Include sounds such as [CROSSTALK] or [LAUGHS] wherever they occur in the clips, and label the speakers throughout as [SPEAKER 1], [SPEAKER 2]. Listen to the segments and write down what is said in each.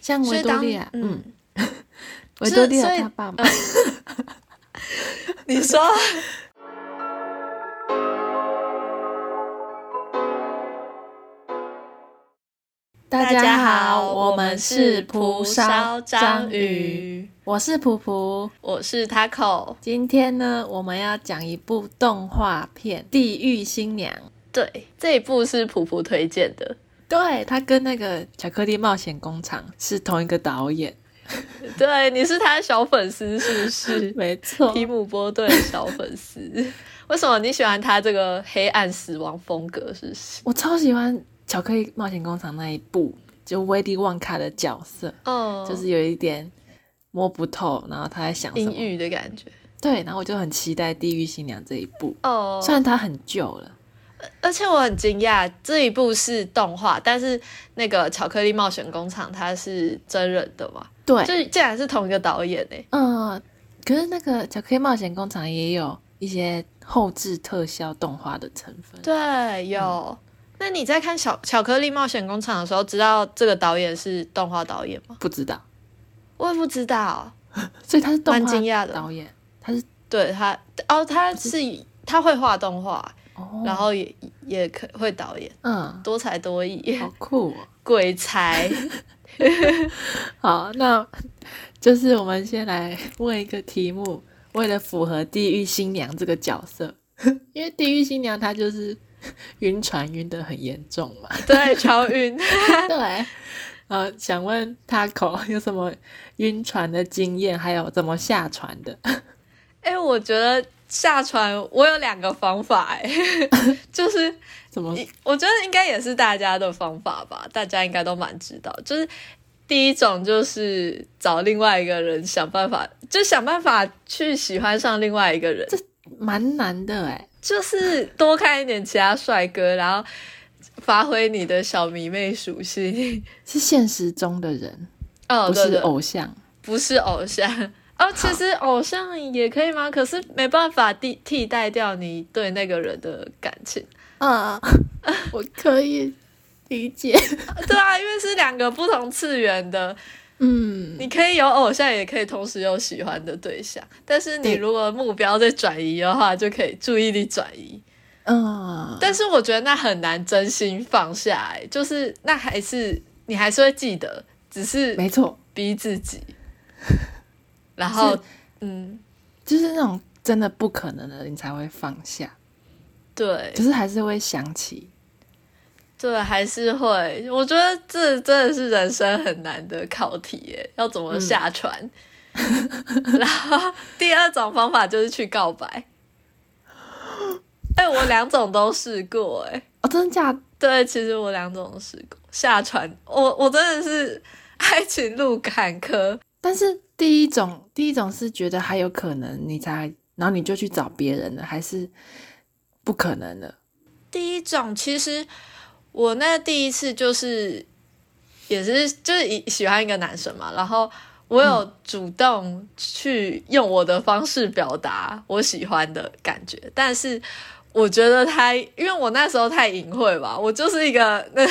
[SPEAKER 1] 像
[SPEAKER 2] 所
[SPEAKER 1] 维
[SPEAKER 2] 以
[SPEAKER 1] 多
[SPEAKER 2] 当
[SPEAKER 1] 利亚，嗯，
[SPEAKER 2] 嗯，
[SPEAKER 1] 维多利
[SPEAKER 2] 所
[SPEAKER 1] 亚
[SPEAKER 2] 以
[SPEAKER 1] 他爸妈，
[SPEAKER 2] 你
[SPEAKER 1] [LAUGHS]
[SPEAKER 2] 说
[SPEAKER 1] 大
[SPEAKER 2] 家
[SPEAKER 1] 好，
[SPEAKER 2] 我
[SPEAKER 1] 我
[SPEAKER 2] 们
[SPEAKER 1] 们
[SPEAKER 2] 是
[SPEAKER 1] 是
[SPEAKER 2] 蒲
[SPEAKER 1] 蒲
[SPEAKER 2] 烧
[SPEAKER 1] 烧
[SPEAKER 2] 章
[SPEAKER 1] 章
[SPEAKER 2] 鱼
[SPEAKER 1] 鱼，我是蒲蒲。
[SPEAKER 2] 我是 Taco，
[SPEAKER 1] 今天呢，我们要讲一部动画片《地狱新娘》，
[SPEAKER 2] 对，这一部是普普推荐的，
[SPEAKER 1] 对，它跟那个《巧克力冒险工厂》是同一个导演，？
[SPEAKER 2] 对，你是他的小粉丝是不是
[SPEAKER 1] [LAUGHS] 没错
[SPEAKER 2] 提姆波顿的小粉丝，为什么你喜欢他这个黑暗死亡风格？是不是？
[SPEAKER 1] 我超喜欢《巧克力冒险工厂》那一部，就威利旺卡的角色，
[SPEAKER 2] 哦，
[SPEAKER 1] 就是有一点摸不透，然后他在想什
[SPEAKER 2] 阴
[SPEAKER 1] 么。
[SPEAKER 2] 郁的感觉。
[SPEAKER 1] 对，然后我就很期待《地狱新娘》这一部，
[SPEAKER 2] 哦，
[SPEAKER 1] 虽然它很旧了，
[SPEAKER 2] 而且我很惊讶，这一部是动画，但是那个《巧克力冒险工厂》它是真人的嘛？
[SPEAKER 1] 对，
[SPEAKER 2] 就是竟然是同一个导演欸呢、
[SPEAKER 1] 嗯，可是那个《巧克力冒险工厂》也有一些后置特效动画的成分。
[SPEAKER 2] 对，有。那你在看小《巧克力冒险工厂》的时候，知道这个导演是动画导演吗？
[SPEAKER 1] 不知道，
[SPEAKER 2] 我也不知道。
[SPEAKER 1] 所以他是动
[SPEAKER 2] 蛮
[SPEAKER 1] 画
[SPEAKER 2] 惊讶的
[SPEAKER 1] 导演，他是
[SPEAKER 2] 对他，哦，他是他会画动画，
[SPEAKER 1] 哦，
[SPEAKER 2] 然后也也可会导演，
[SPEAKER 1] 嗯，
[SPEAKER 2] 多才多艺，
[SPEAKER 1] 好酷哦。
[SPEAKER 2] 鬼才。 [LAUGHS]
[SPEAKER 1] 好，那就是我们先来问一个题目，为了符合地狱新娘这个角色， [LAUGHS] 因为地狱新娘她就是晕船晕得很严重嘛，
[SPEAKER 2] [LAUGHS] 对，超晕。
[SPEAKER 1] 对。呃，想问 Taco 有什么晕船的经验，还有怎么下船的？ [LAUGHS]
[SPEAKER 2] 哎、我觉得下船我有两个方法、哎， [LAUGHS] 就是
[SPEAKER 1] 怎么？
[SPEAKER 2] 我觉得应该也是大家的方法吧，大家应该都蛮知道。就是第一种就是找另外一个人想办法，就想办法去喜欢上另外一个人，
[SPEAKER 1] 蛮难的哎、
[SPEAKER 2] 就是多看一点其他帅哥，然后发挥你的小迷妹
[SPEAKER 1] [LAUGHS]
[SPEAKER 2] 属性。
[SPEAKER 1] 是现实中的人，
[SPEAKER 2] 哦，
[SPEAKER 1] 不
[SPEAKER 2] 对
[SPEAKER 1] 是
[SPEAKER 2] 对，
[SPEAKER 1] 偶像。
[SPEAKER 2] 不是偶像。哦，其实偶像也可以吗？可是没办法替替代掉你对那个人的感
[SPEAKER 1] [LAUGHS]
[SPEAKER 2] 情。嗯
[SPEAKER 1] 啊，我可以理解。
[SPEAKER 2] 对啊，因为是两个不同次元的，
[SPEAKER 1] 嗯，
[SPEAKER 2] 你可以有偶像，也可以同时有喜欢的对象。但是你
[SPEAKER 1] 对
[SPEAKER 2] 如果目标在转移的话，就可以注意力转移。
[SPEAKER 1] 嗯，
[SPEAKER 2] 但是我觉得那很难真心放下、欸，就是那还是你还是会记得，只是
[SPEAKER 1] 没错，
[SPEAKER 2] 逼自己。
[SPEAKER 1] [LAUGHS]
[SPEAKER 2] 然后，嗯，
[SPEAKER 1] 就是那种真的不可能的，你才会放下，
[SPEAKER 2] 对
[SPEAKER 1] 就是还是会想起。
[SPEAKER 2] 对，还是会。我觉得这真的是人生很难的考题耶，要怎么下船？ [LAUGHS] 然后第二种方法就是去告白。哎、我两种都试过哎。
[SPEAKER 1] 哦，真的假的？
[SPEAKER 2] 对，其实我两种都试过。下船，我我真的是爱情路坎坷。
[SPEAKER 1] 但是第一种，第一种是觉得还有可能，你才，然后你就去找别人了，还是不可能的？
[SPEAKER 2] 第一种其实我那第一次就是也是就是一喜欢一个男生嘛，然后我有主动去用我的方式表达我喜欢的感觉，但是我觉得他因为我那时候太隐晦吧，我就是一个 [LAUGHS] 那。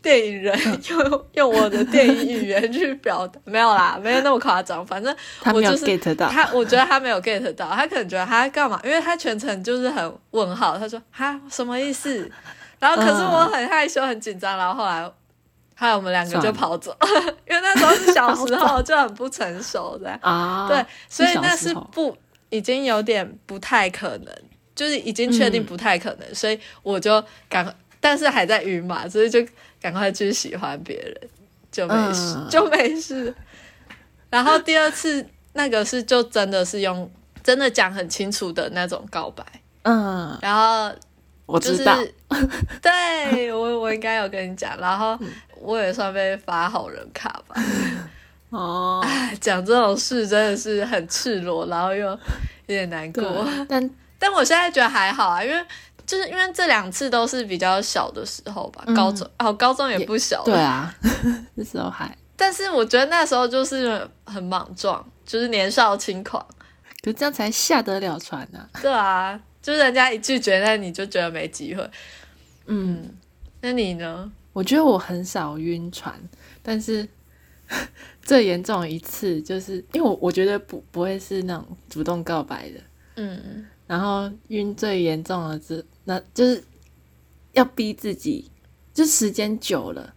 [SPEAKER 2] 电影人用用我的电影语言去表达，没有啦，没有那么夸张。反正
[SPEAKER 1] 他
[SPEAKER 2] 我
[SPEAKER 1] 没有
[SPEAKER 2] 就是
[SPEAKER 1] get 到，
[SPEAKER 2] 他我觉得他没有 get 到，他可能觉得他干嘛？因为他全程就是很问号，他说哈什么
[SPEAKER 1] [LAUGHS]
[SPEAKER 2] 意思？然后可是
[SPEAKER 1] 嗯
[SPEAKER 2] 我很害羞很紧张，然后后来后来我们两个
[SPEAKER 1] 算
[SPEAKER 2] 就
[SPEAKER 1] 了
[SPEAKER 2] 跑走， [LAUGHS] 因为那时候是小
[SPEAKER 1] [LAUGHS]
[SPEAKER 2] 时候就很不成熟的，
[SPEAKER 1] 啊，
[SPEAKER 2] 对，，所以
[SPEAKER 1] 小
[SPEAKER 2] 那
[SPEAKER 1] 时
[SPEAKER 2] 是
[SPEAKER 1] 候
[SPEAKER 2] 不已经有点不太可能，就是已经确定不太可能，
[SPEAKER 1] 嗯
[SPEAKER 2] 所以我就赶快，但是还在晕嘛，所以就赶快去喜欢别人，就没事、
[SPEAKER 1] 嗯
[SPEAKER 2] 就没事。然后第二次那个是就真的是用真的讲很清楚的那种告白，
[SPEAKER 1] 嗯，
[SPEAKER 2] 然后
[SPEAKER 1] 我
[SPEAKER 2] 就
[SPEAKER 1] 知
[SPEAKER 2] 是
[SPEAKER 1] 道，
[SPEAKER 2] [LAUGHS] 对我我应该有跟你讲，然后
[SPEAKER 1] 嗯
[SPEAKER 2] 我也算被发好人卡吧。 [LAUGHS]
[SPEAKER 1] 哦。
[SPEAKER 2] 哎，讲这种事真的是很赤裸，然后又有点难过。
[SPEAKER 1] 对，但
[SPEAKER 2] 但我现在觉得还好啊，因为就是因为这两次都是比较小的时候吧，
[SPEAKER 1] 嗯
[SPEAKER 2] 高中哦，高中也不小了
[SPEAKER 1] 对啊， [LAUGHS] 那时候还，
[SPEAKER 2] 但是我觉得那时候就是很莽撞，就是年少轻狂。
[SPEAKER 1] 可是这样才下得了船呢、
[SPEAKER 2] 对啊，就是人家一拒绝，那你就觉得没机会。
[SPEAKER 1] 嗯，
[SPEAKER 2] 那你呢？
[SPEAKER 1] 我觉得我很少晕船，但是 [LAUGHS] 最严重一次就是因为我我觉得不不会是那种主动告白的，
[SPEAKER 2] 嗯，
[SPEAKER 1] 然后晕最严重的是，那就是要逼自己，就时间久了，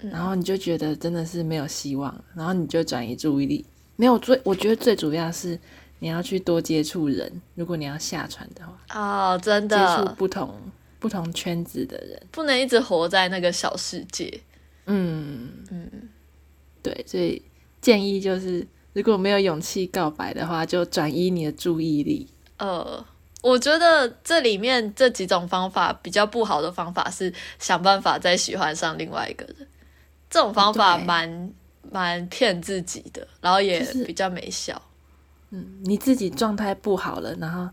[SPEAKER 2] 嗯
[SPEAKER 1] 然后你就觉得真的是没有希望，然后你就转移注意力。没有最，我觉得最主要是你要去多接触人，如果你要下船的话，
[SPEAKER 2] 哦，真
[SPEAKER 1] 接触
[SPEAKER 2] 的
[SPEAKER 1] 不同不同圈子的人，
[SPEAKER 2] 不能一直活在那个小世界。
[SPEAKER 1] 嗯，
[SPEAKER 2] 嗯，
[SPEAKER 1] 对，所以建议就是，如果没有勇气告白的话，就转移你的注意力。
[SPEAKER 2] 呃，我觉得这里面这几种方法比较不好的方法是想办法再喜欢上另外一个人，这种方法
[SPEAKER 1] 对
[SPEAKER 2] 蛮蛮骗自己的，然后也
[SPEAKER 1] 就是
[SPEAKER 2] 比较没效。
[SPEAKER 1] 嗯，你自己状态不好了，然后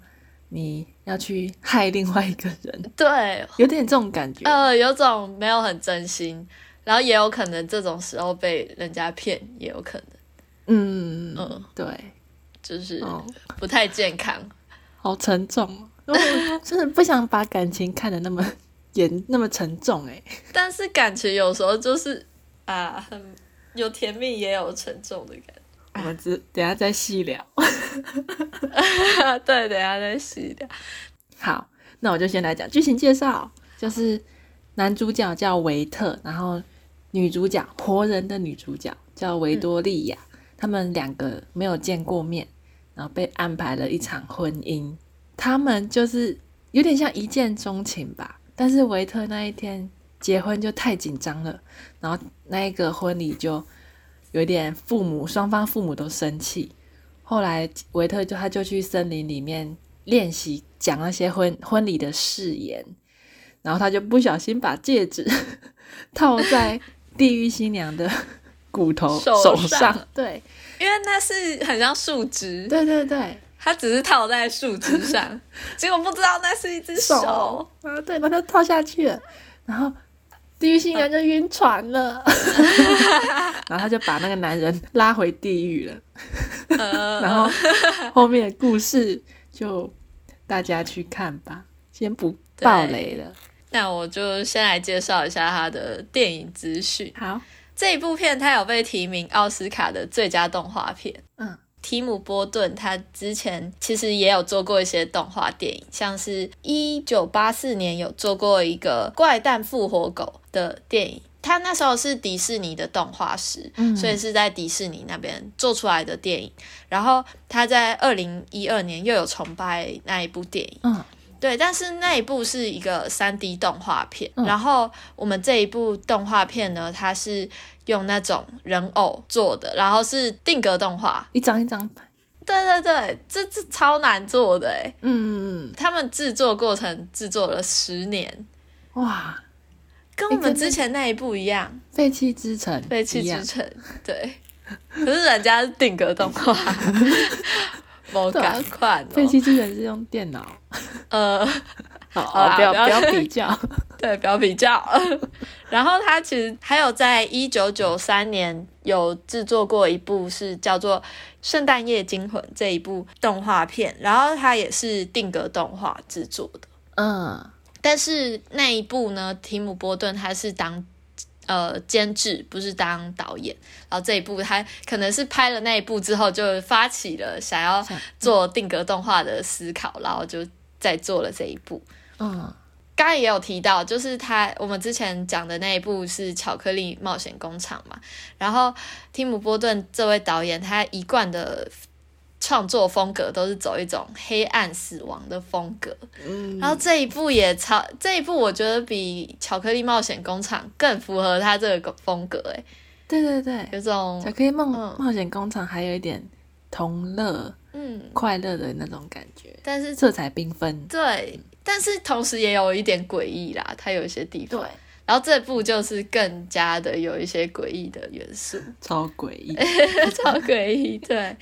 [SPEAKER 1] 你要去害另外一个人，
[SPEAKER 2] 对，
[SPEAKER 1] 有点这种感觉。
[SPEAKER 2] 呃，有种没有很真心，然后也有可能这种时候被人家骗，也有可能，
[SPEAKER 1] 嗯，
[SPEAKER 2] 嗯，
[SPEAKER 1] 对，
[SPEAKER 2] 就是
[SPEAKER 1] 哦，
[SPEAKER 2] 不太健康。
[SPEAKER 1] [LAUGHS] 好沉重哦，我真的不想把感情看得那么严、那么沉重哎。
[SPEAKER 2] 但是感情有时候就是啊，很有甜蜜也有沉重的感
[SPEAKER 1] [LAUGHS] 我们只等一下再细聊。
[SPEAKER 2] 觉。 [LAUGHS] 对，等一下再细聊。
[SPEAKER 1] 好，那我就先来讲剧情介绍，就是男主角叫维特，然后女主角活人的女主角叫维多利亚，他们两个没有见过面，然后被安排了一场婚姻，他们就是有点像一见钟情吧，但是维特那一天结婚就太紧张了，然后那一个婚礼就有点父母双方父母都生气，后来维特就他就去森林里面练习讲那些婚婚礼的誓言，然后他就不小心把戒指 [LAUGHS] 套在地狱新娘的骨头
[SPEAKER 2] 手
[SPEAKER 1] 手
[SPEAKER 2] 上
[SPEAKER 1] 上，对
[SPEAKER 2] 因为那是很像树枝，
[SPEAKER 1] 对对对，
[SPEAKER 2] 它只是套在树枝上，结果不知道那是一只手。
[SPEAKER 1] 啊，对，把它套下去了，然后地狱新娘就晕船了， [LAUGHS] 然后他就把那个男人拉回地狱了，
[SPEAKER 2] [LAUGHS] 呃，
[SPEAKER 1] 然后后面的故事就大家去看吧，先不爆雷了。
[SPEAKER 2] 那我就先来介绍一下它的电影资讯。
[SPEAKER 1] 好，
[SPEAKER 2] 这一部片它有被提名奥斯卡的最佳动画片。
[SPEAKER 1] 嗯，
[SPEAKER 2] 提姆·波顿他之前其实也有做过一些动画电影，像是一九八四年有做过一个《怪诞复活狗》的电影，他那时候是迪士尼的动画师，
[SPEAKER 1] 嗯
[SPEAKER 2] 所以是在迪士尼那边做出来的电影。然后他在二零一二年又有重拍那一部电影。
[SPEAKER 1] 嗯
[SPEAKER 2] 对，但是那一部是一个三 D 动画片，
[SPEAKER 1] 嗯
[SPEAKER 2] 然后我们这一部动画片呢，它是用那种人偶做的，然后是定格动画。
[SPEAKER 1] 一张一张拍，
[SPEAKER 2] 对对对，这这超难做的诶，
[SPEAKER 1] 嗯嗯
[SPEAKER 2] 他们制作过程制作了十年，
[SPEAKER 1] 嗯，哇，
[SPEAKER 2] 跟我
[SPEAKER 1] 诶
[SPEAKER 2] 们
[SPEAKER 1] 真的
[SPEAKER 2] 之前那一部一样，
[SPEAKER 1] 废弃之城，
[SPEAKER 2] 被弃
[SPEAKER 1] 一
[SPEAKER 2] 之
[SPEAKER 1] 样
[SPEAKER 2] 城。对，可是人家是定格动画， [LAUGHS] 某
[SPEAKER 1] 对啊
[SPEAKER 2] 赶快
[SPEAKER 1] 废
[SPEAKER 2] 哦，
[SPEAKER 1] 弃之城是用电脑，
[SPEAKER 2] 呃。
[SPEAKER 1] 好，
[SPEAKER 2] 好啦
[SPEAKER 1] 不要
[SPEAKER 2] 不要
[SPEAKER 1] 不要比较， [LAUGHS]
[SPEAKER 2] 对，不要比较。 [LAUGHS] 然后他其实还有在一九九三年有制作过一部是叫做《圣诞夜惊魂》这一部动画片，然后它也是定格动画制作的。
[SPEAKER 1] 嗯
[SPEAKER 2] 但是那一部呢，提姆·波顿他是当呃监制，不是当导演。然后这一部他可能是拍了那一部之后，就发起了想要
[SPEAKER 1] 想
[SPEAKER 2] 做定格动画的思考，然后就再做了这一部。
[SPEAKER 1] 嗯
[SPEAKER 2] 刚刚也有提到，就是他我们之前讲的那一部是《巧克力冒险工厂》嘛，然后蒂姆·波顿这位导演，他一贯的创作风格都是走一种黑暗死亡的风格，
[SPEAKER 1] 嗯，
[SPEAKER 2] 然后这一部也超，这一部我觉得比《巧克力冒险工厂》更符合他这个风格，诶，
[SPEAKER 1] 对对对，
[SPEAKER 2] 有种
[SPEAKER 1] 巧克力梦
[SPEAKER 2] 嗯
[SPEAKER 1] 冒险工厂还有一点同乐、
[SPEAKER 2] 嗯，
[SPEAKER 1] 快乐的那种感觉，
[SPEAKER 2] 但是
[SPEAKER 1] 色彩缤纷。
[SPEAKER 2] 对，但是同时也有一点诡异啦，它有一些地方，，然后这部就是更加的有一些诡异的元素。
[SPEAKER 1] 超诡 [LAUGHS] 异。
[SPEAKER 2] 超诡异。 [LAUGHS] 对，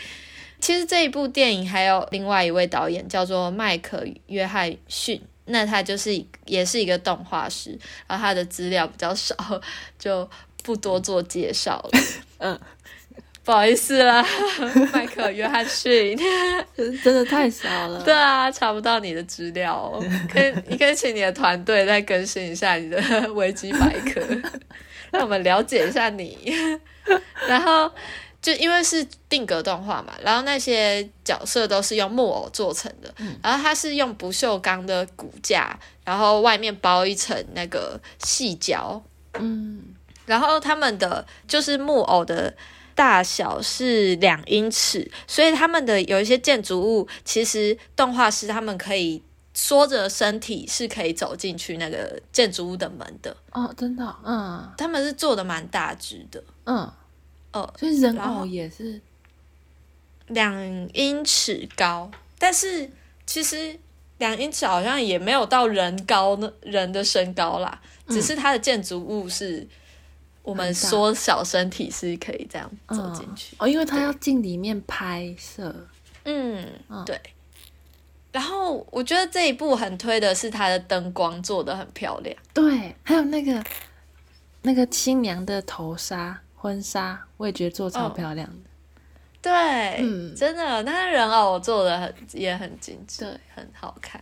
[SPEAKER 2] 其实这一部电影还有另外一位导演叫做迈克·约翰逊，那他就是一也是一个动画师，然后他的资料比较少，就不多做介绍了。
[SPEAKER 1] 嗯，
[SPEAKER 2] 不好意思啦， [LAUGHS] 迈克·约翰逊。
[SPEAKER 1] 真的太少了。
[SPEAKER 2] 对，啊，查不到你的资料、哦，可以，你可以请你的团队再更新一下你的维基百科。让我们了解一下你。 [LAUGHS] 然后就因为是定格动画嘛，然后那些角色都是用木偶做成的，然后它是用不锈钢的骨架，然后外面包一层那个细胶，
[SPEAKER 1] 嗯，
[SPEAKER 2] 然后他们的就是木偶的大小是两英尺，所以他们的有一些建筑物，其实动画师他们可以缩着身体是可以走进去那个建筑物的门的，
[SPEAKER 1] 哦，真的哦、嗯
[SPEAKER 2] 他们是做的蛮大只的，
[SPEAKER 1] 嗯，
[SPEAKER 2] 呃，
[SPEAKER 1] 所以人
[SPEAKER 2] 然后
[SPEAKER 1] 偶也是，
[SPEAKER 2] 两英尺高，但是其实两英尺好像也没有到人高呢，人的身高啦，只是它的建筑物是。我们
[SPEAKER 1] 嗯很大
[SPEAKER 2] 缩小身体是可以这样走
[SPEAKER 1] 嗯
[SPEAKER 2] 进去，
[SPEAKER 1] 哦，因为他要进里面拍摄，
[SPEAKER 2] 嗯，
[SPEAKER 1] 嗯
[SPEAKER 2] 对。然后我觉得这一部很推的是它的灯光做的很漂亮，
[SPEAKER 1] 对，还有那个那个新娘的头纱、婚纱，我也觉得做超
[SPEAKER 2] 哦
[SPEAKER 1] 漂亮的。
[SPEAKER 2] 对，
[SPEAKER 1] 嗯
[SPEAKER 2] 真的，那人偶做的很也很精致，
[SPEAKER 1] 对，
[SPEAKER 2] 很好看。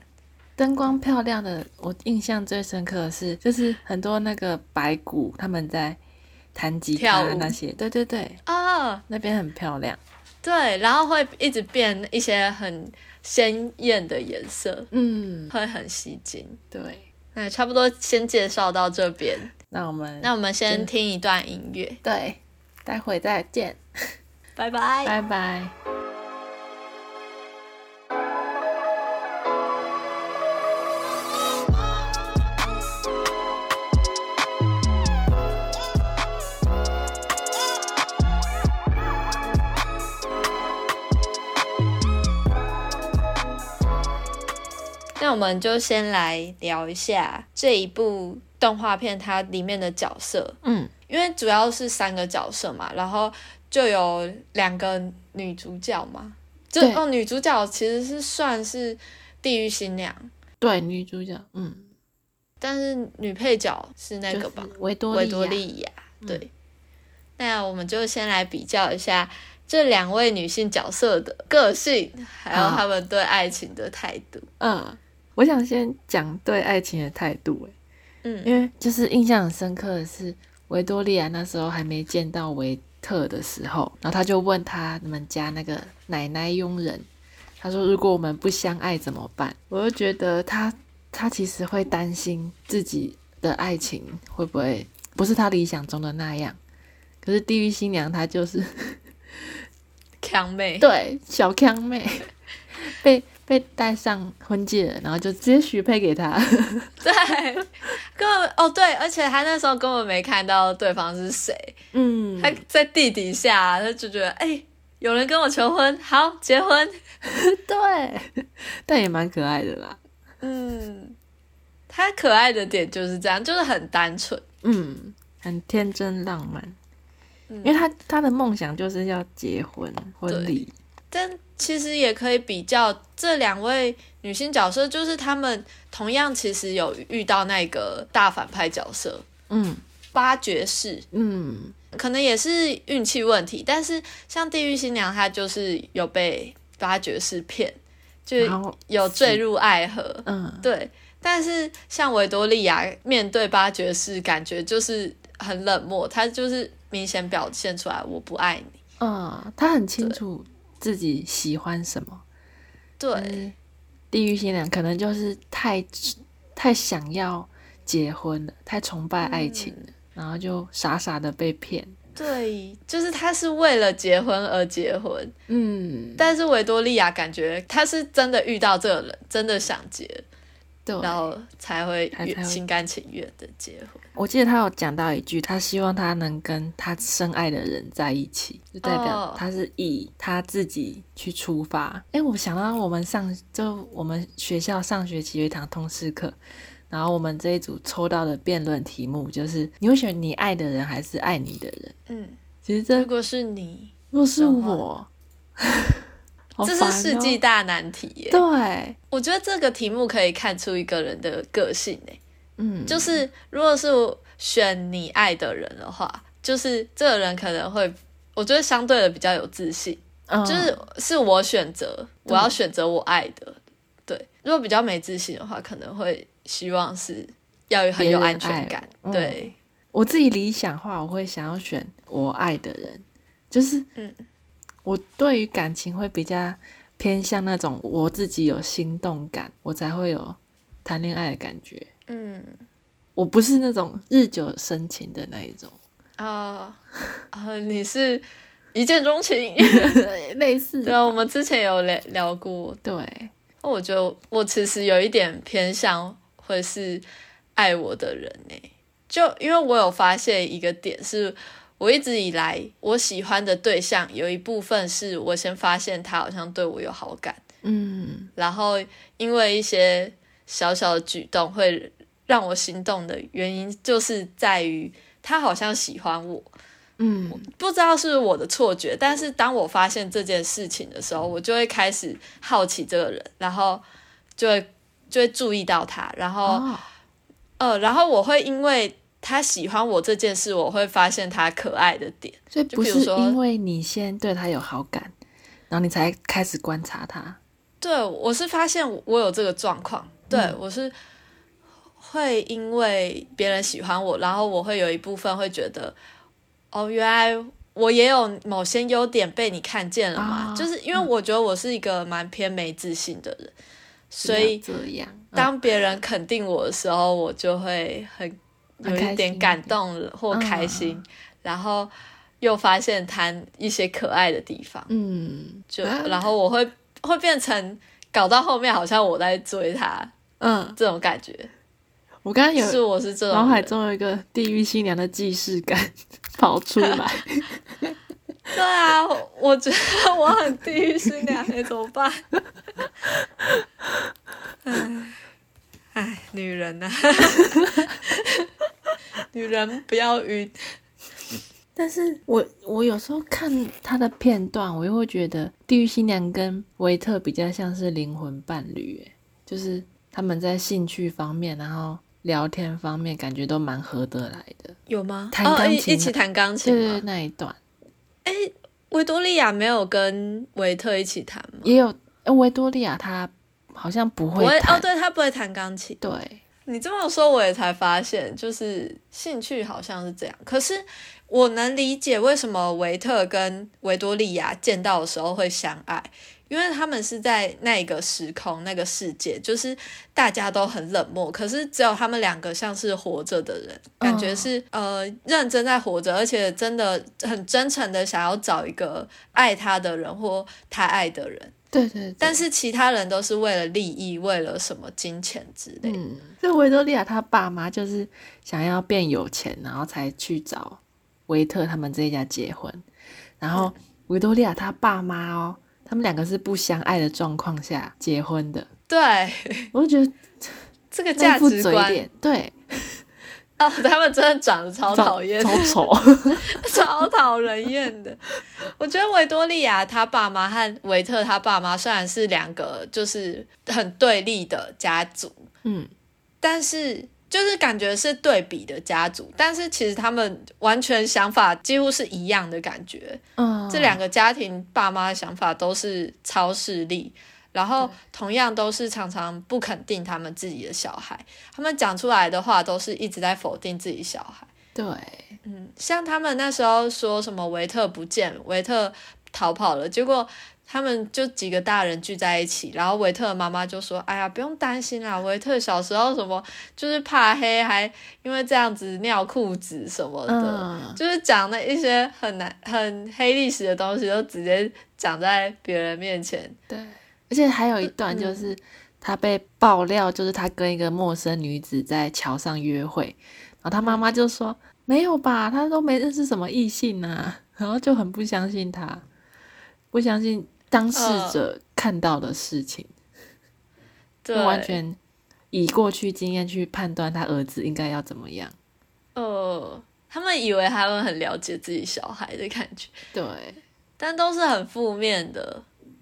[SPEAKER 1] 灯光漂亮的，我印象最深刻的是，就是很多那个白骨他们在弹吉
[SPEAKER 2] 跳
[SPEAKER 1] 他
[SPEAKER 2] 舞
[SPEAKER 1] 那些，对对对，
[SPEAKER 2] 啊、
[SPEAKER 1] 那边很漂亮。
[SPEAKER 2] 对，然后会一直变一些很鲜艳的颜色，
[SPEAKER 1] 嗯，
[SPEAKER 2] 会很吸睛。
[SPEAKER 1] 对。
[SPEAKER 2] 那差不多先介绍到这边，
[SPEAKER 1] 那我们
[SPEAKER 2] 那我们先听一段音乐，
[SPEAKER 1] 对，待会再见，
[SPEAKER 2] 拜拜。
[SPEAKER 1] 拜拜。
[SPEAKER 2] 那我们就先来聊一下这一部动画片它里面的角色，
[SPEAKER 1] 嗯
[SPEAKER 2] 因为主要是三个角色嘛，然后就有两个女主角嘛，就
[SPEAKER 1] 对
[SPEAKER 2] 哦，女主角其实是算是地狱新娘，，
[SPEAKER 1] 对，女主角，嗯，
[SPEAKER 2] 但是女配角是那
[SPEAKER 1] 就
[SPEAKER 2] 个
[SPEAKER 1] 是
[SPEAKER 2] 吧，
[SPEAKER 1] 维多
[SPEAKER 2] 维多
[SPEAKER 1] 利亚，
[SPEAKER 2] 利亚。对，那我们就先来比较一下这两位女性角色的个性，还有
[SPEAKER 1] 好
[SPEAKER 2] 她们对爱情的态度。
[SPEAKER 1] 嗯，我想先讲对爱情的态度，哎，
[SPEAKER 2] 嗯
[SPEAKER 1] 因为就是印象很深刻的是，维多利亚那时候还没见到维特的时候，然后他就问他们家那个奶奶佣人，他说如果我们不相爱怎么办？我就觉得他他其实会担心自己的爱情会不会不是他理想中的那样，可是地狱新娘她就是
[SPEAKER 2] 强妹，
[SPEAKER 1] 对小康妹被被带上婚戒了，然后就直接许配给他。
[SPEAKER 2] 对，根本哦对，而且她那时候根本没看到对方是谁，
[SPEAKER 1] 嗯
[SPEAKER 2] 她在地底下，她就觉得哎、有人跟我求婚，好结婚，
[SPEAKER 1] 对，但也蛮可爱的啦。
[SPEAKER 2] 嗯，她可爱的点就是这样，就是很单纯，
[SPEAKER 1] 嗯，很天真浪漫，
[SPEAKER 2] 嗯
[SPEAKER 1] 因为他他的梦想就是要结婚婚礼，
[SPEAKER 2] 但其实也可以比较这两位女性角色，就是她们同样其实有遇到那个大反派角色
[SPEAKER 1] 嗯
[SPEAKER 2] 八爵士，
[SPEAKER 1] 嗯，
[SPEAKER 2] 可能也是运气问题。但是像地狱新娘，她就是有被八爵士骗，就
[SPEAKER 1] 然后
[SPEAKER 2] 有坠入爱河。
[SPEAKER 1] 嗯，
[SPEAKER 2] 对，但是像维多利亚面对八爵士，感觉就是很冷漠，她就是明显表现出来我不爱你。
[SPEAKER 1] 嗯，他很清楚自己喜欢什么。
[SPEAKER 2] 对，
[SPEAKER 1] 就是地狱新娘可能就是太太想要结婚了，太崇拜爱情了，然后就傻傻的被骗。
[SPEAKER 2] 对，就是他是为了结婚而结婚，
[SPEAKER 1] 嗯，
[SPEAKER 2] 但是维多利亚感觉他是真的遇到这个人，真的想结，
[SPEAKER 1] 对，
[SPEAKER 2] 然后才会
[SPEAKER 1] 才
[SPEAKER 2] 越
[SPEAKER 1] 才会
[SPEAKER 2] 心甘情愿的结婚，
[SPEAKER 1] 我记得他有讲到一句，他希望他能跟他深爱的人在一起，就代表
[SPEAKER 2] 哦
[SPEAKER 1] 他是以他自己去出发。哎、我想到我们上就我们学校上学期有一堂通识课，然后我们这一组抽到的辩论题目就是：你会选你爱的人还是爱你的人？
[SPEAKER 2] 嗯，
[SPEAKER 1] 其实
[SPEAKER 2] 如
[SPEAKER 1] 这
[SPEAKER 2] 果是你，
[SPEAKER 1] 若是
[SPEAKER 2] 的话
[SPEAKER 1] 我， [LAUGHS] 好
[SPEAKER 2] 这
[SPEAKER 1] 烦
[SPEAKER 2] 是世
[SPEAKER 1] 哦
[SPEAKER 2] 纪大难题耶。
[SPEAKER 1] 对，
[SPEAKER 2] 我觉得这个题目可以看出一个人的个性诶，
[SPEAKER 1] 嗯，
[SPEAKER 2] 就是如果是选你爱的人的话，就是这个人可能会，我觉得相对的比较有自信。
[SPEAKER 1] 嗯
[SPEAKER 2] 就是是我选择，我要选择我爱的。对，如果比较没自信的话，可能会希望是要有很有安全感
[SPEAKER 1] 别人爱我。嗯
[SPEAKER 2] 对，
[SPEAKER 1] 我自己理想化，我会想要选我爱的人，就是
[SPEAKER 2] 嗯，
[SPEAKER 1] 我对于感情会比较偏向那种我自己有心动感，我才会有谈恋爱的感觉。
[SPEAKER 2] 嗯，
[SPEAKER 1] 我不是那种日久生情的那一种，
[SPEAKER 2] 啊、啊，你是一见钟情。 [LAUGHS]
[SPEAKER 1] 类似
[SPEAKER 2] [LAUGHS] 对啊，我们之前有聊聊过。
[SPEAKER 1] 对，
[SPEAKER 2] 我觉得我其实有一点偏向会是爱我的人呢、就因为我有发现一个点是，我一直以来我喜欢的对象有一部分是我先发现他好像对我有好感，
[SPEAKER 1] 嗯
[SPEAKER 2] 然后因为一些小小的举动会让我心动的原因，就是在于他好像喜欢我，
[SPEAKER 1] 嗯
[SPEAKER 2] 不知道是不是我的错觉，但是当我发现这件事情的时候，我就会开始好奇这个人，然后就会就会注意到他，然后、
[SPEAKER 1] 哦，
[SPEAKER 2] 呃，然后我会因为他喜欢我这件事，我会发现他可爱的点。
[SPEAKER 1] 所以
[SPEAKER 2] 就
[SPEAKER 1] 不
[SPEAKER 2] 比如
[SPEAKER 1] 是
[SPEAKER 2] 说
[SPEAKER 1] 因为你先对他有好感，然后你才开始观察他，
[SPEAKER 2] 对，我是发现我有这个状况，对、
[SPEAKER 1] 嗯
[SPEAKER 2] 我是会因为别人喜欢我，然后我会有一部分会觉得，哦，原来我也有某些优点被你看见了嘛，
[SPEAKER 1] 啊
[SPEAKER 2] 就是因为我觉得我是一个蛮偏没自信的人，所
[SPEAKER 1] 是要
[SPEAKER 2] 以
[SPEAKER 1] 这样，嗯
[SPEAKER 2] 当别人肯定我的时候，我就会很有
[SPEAKER 1] 很开
[SPEAKER 2] 一点
[SPEAKER 1] 心嗯
[SPEAKER 2] 感动了或开心，然后又发现他一些可爱的地方。
[SPEAKER 1] 嗯，
[SPEAKER 2] 就
[SPEAKER 1] 啊
[SPEAKER 2] 然后我会会变成搞到后面好像我在追他
[SPEAKER 1] 嗯，
[SPEAKER 2] 这种感觉，
[SPEAKER 1] 我刚刚有
[SPEAKER 2] 是我是这
[SPEAKER 1] 脑
[SPEAKER 2] 种
[SPEAKER 1] 海
[SPEAKER 2] 人，
[SPEAKER 1] 中有一个地狱新娘的既视感 [LAUGHS] 跑出来，
[SPEAKER 2] 对啊，我我觉得我很地狱新娘，你哎怎么办？唉唉，女人呐、 [LAUGHS] 女人不要晕，
[SPEAKER 1] [LAUGHS] 但是我我有时候看他的片段，我又会觉得《地狱新娘》跟维特比较像是灵魂伴侣，哎，就是他们在兴趣方面，然后聊天方面，感觉都蛮合得来的。
[SPEAKER 2] 有吗？
[SPEAKER 1] 弹
[SPEAKER 2] 哦，
[SPEAKER 1] 钢
[SPEAKER 2] 一
[SPEAKER 1] 琴
[SPEAKER 2] 一起弹钢
[SPEAKER 1] 对
[SPEAKER 2] 琴
[SPEAKER 1] 对，对
[SPEAKER 2] 吗？
[SPEAKER 1] 那一段
[SPEAKER 2] 维多利亚没有跟维特一起弹吗？
[SPEAKER 1] 也有，呃维多利亚她好像不
[SPEAKER 2] 不
[SPEAKER 1] 会
[SPEAKER 2] 会哦，
[SPEAKER 1] 弹，
[SPEAKER 2] 对他不会弹钢琴。
[SPEAKER 1] 对，
[SPEAKER 2] 你这么说，我也才发现，就是兴趣好像是这样。可是我能理解为什么维特跟维多利亚见到的时候会相爱，因为他们是在那个时空、那个世界，就是大家都很冷漠，可是只有他们两个像是活着的人，感觉是、呃认真在活着，而且真的很真诚的想要找一个爱他的人或他爱的人。
[SPEAKER 1] 对对对。
[SPEAKER 2] 但是其他人都是为了利益，为了什么金钱之类的。
[SPEAKER 1] 嗯，所以维多利亚她爸妈就是想要变有钱，然后才去找维特他们这一家结婚。然后
[SPEAKER 2] 嗯
[SPEAKER 1] 维多利亚她爸妈哦，他们两个是不相爱的状况下结婚的。
[SPEAKER 2] 对，
[SPEAKER 1] 我就觉得
[SPEAKER 2] 这个价
[SPEAKER 1] 那副
[SPEAKER 2] 值
[SPEAKER 1] 嘴
[SPEAKER 2] 观
[SPEAKER 1] 脸，对，
[SPEAKER 2] 哦， [LAUGHS] 他们真的长得超讨厌，
[SPEAKER 1] 超丑。
[SPEAKER 2] [LAUGHS] 超讨人厌的。我觉得维多利亚他爸妈和维特他爸妈虽然是两个就是很对立的家族，
[SPEAKER 1] 嗯，
[SPEAKER 2] 但是就是感觉是对比的家族，但是其实他们完全想法几乎是一样的感觉。
[SPEAKER 1] [LAUGHS] 嗯，
[SPEAKER 2] 这两个家庭爸妈的想法都是超势力，然后同样都是常常不肯定他们自己的小孩，他们讲出来的话都是一直在否定自己小孩。
[SPEAKER 1] 对，
[SPEAKER 2] 嗯，像他们那时候说什么维特不见，维特逃跑了，结果他们就几个大人聚在一起，然后维特的妈妈就说：“哎呀，不用担心啦，维特小时候什么就是怕黑，还因为这样子尿裤子什么的。
[SPEAKER 1] 嗯，
[SPEAKER 2] 就是讲的一些很难、很黑历史的东西，都直接讲在别人面前。
[SPEAKER 1] 对。嗯而且还有一段就是他被爆料，就是他跟一个陌生女子在桥上约会，然后他妈妈就说：“没有吧，他都没认识什么异性啊。”然后就很不相信他，不相信当事者看到的事情，
[SPEAKER 2] 对，
[SPEAKER 1] 就完全以过去经验去判断他儿子应该要怎么样。
[SPEAKER 2] 呃，他们以为他们很了解自己小孩的感觉，
[SPEAKER 1] 对，
[SPEAKER 2] 但都是很负面的。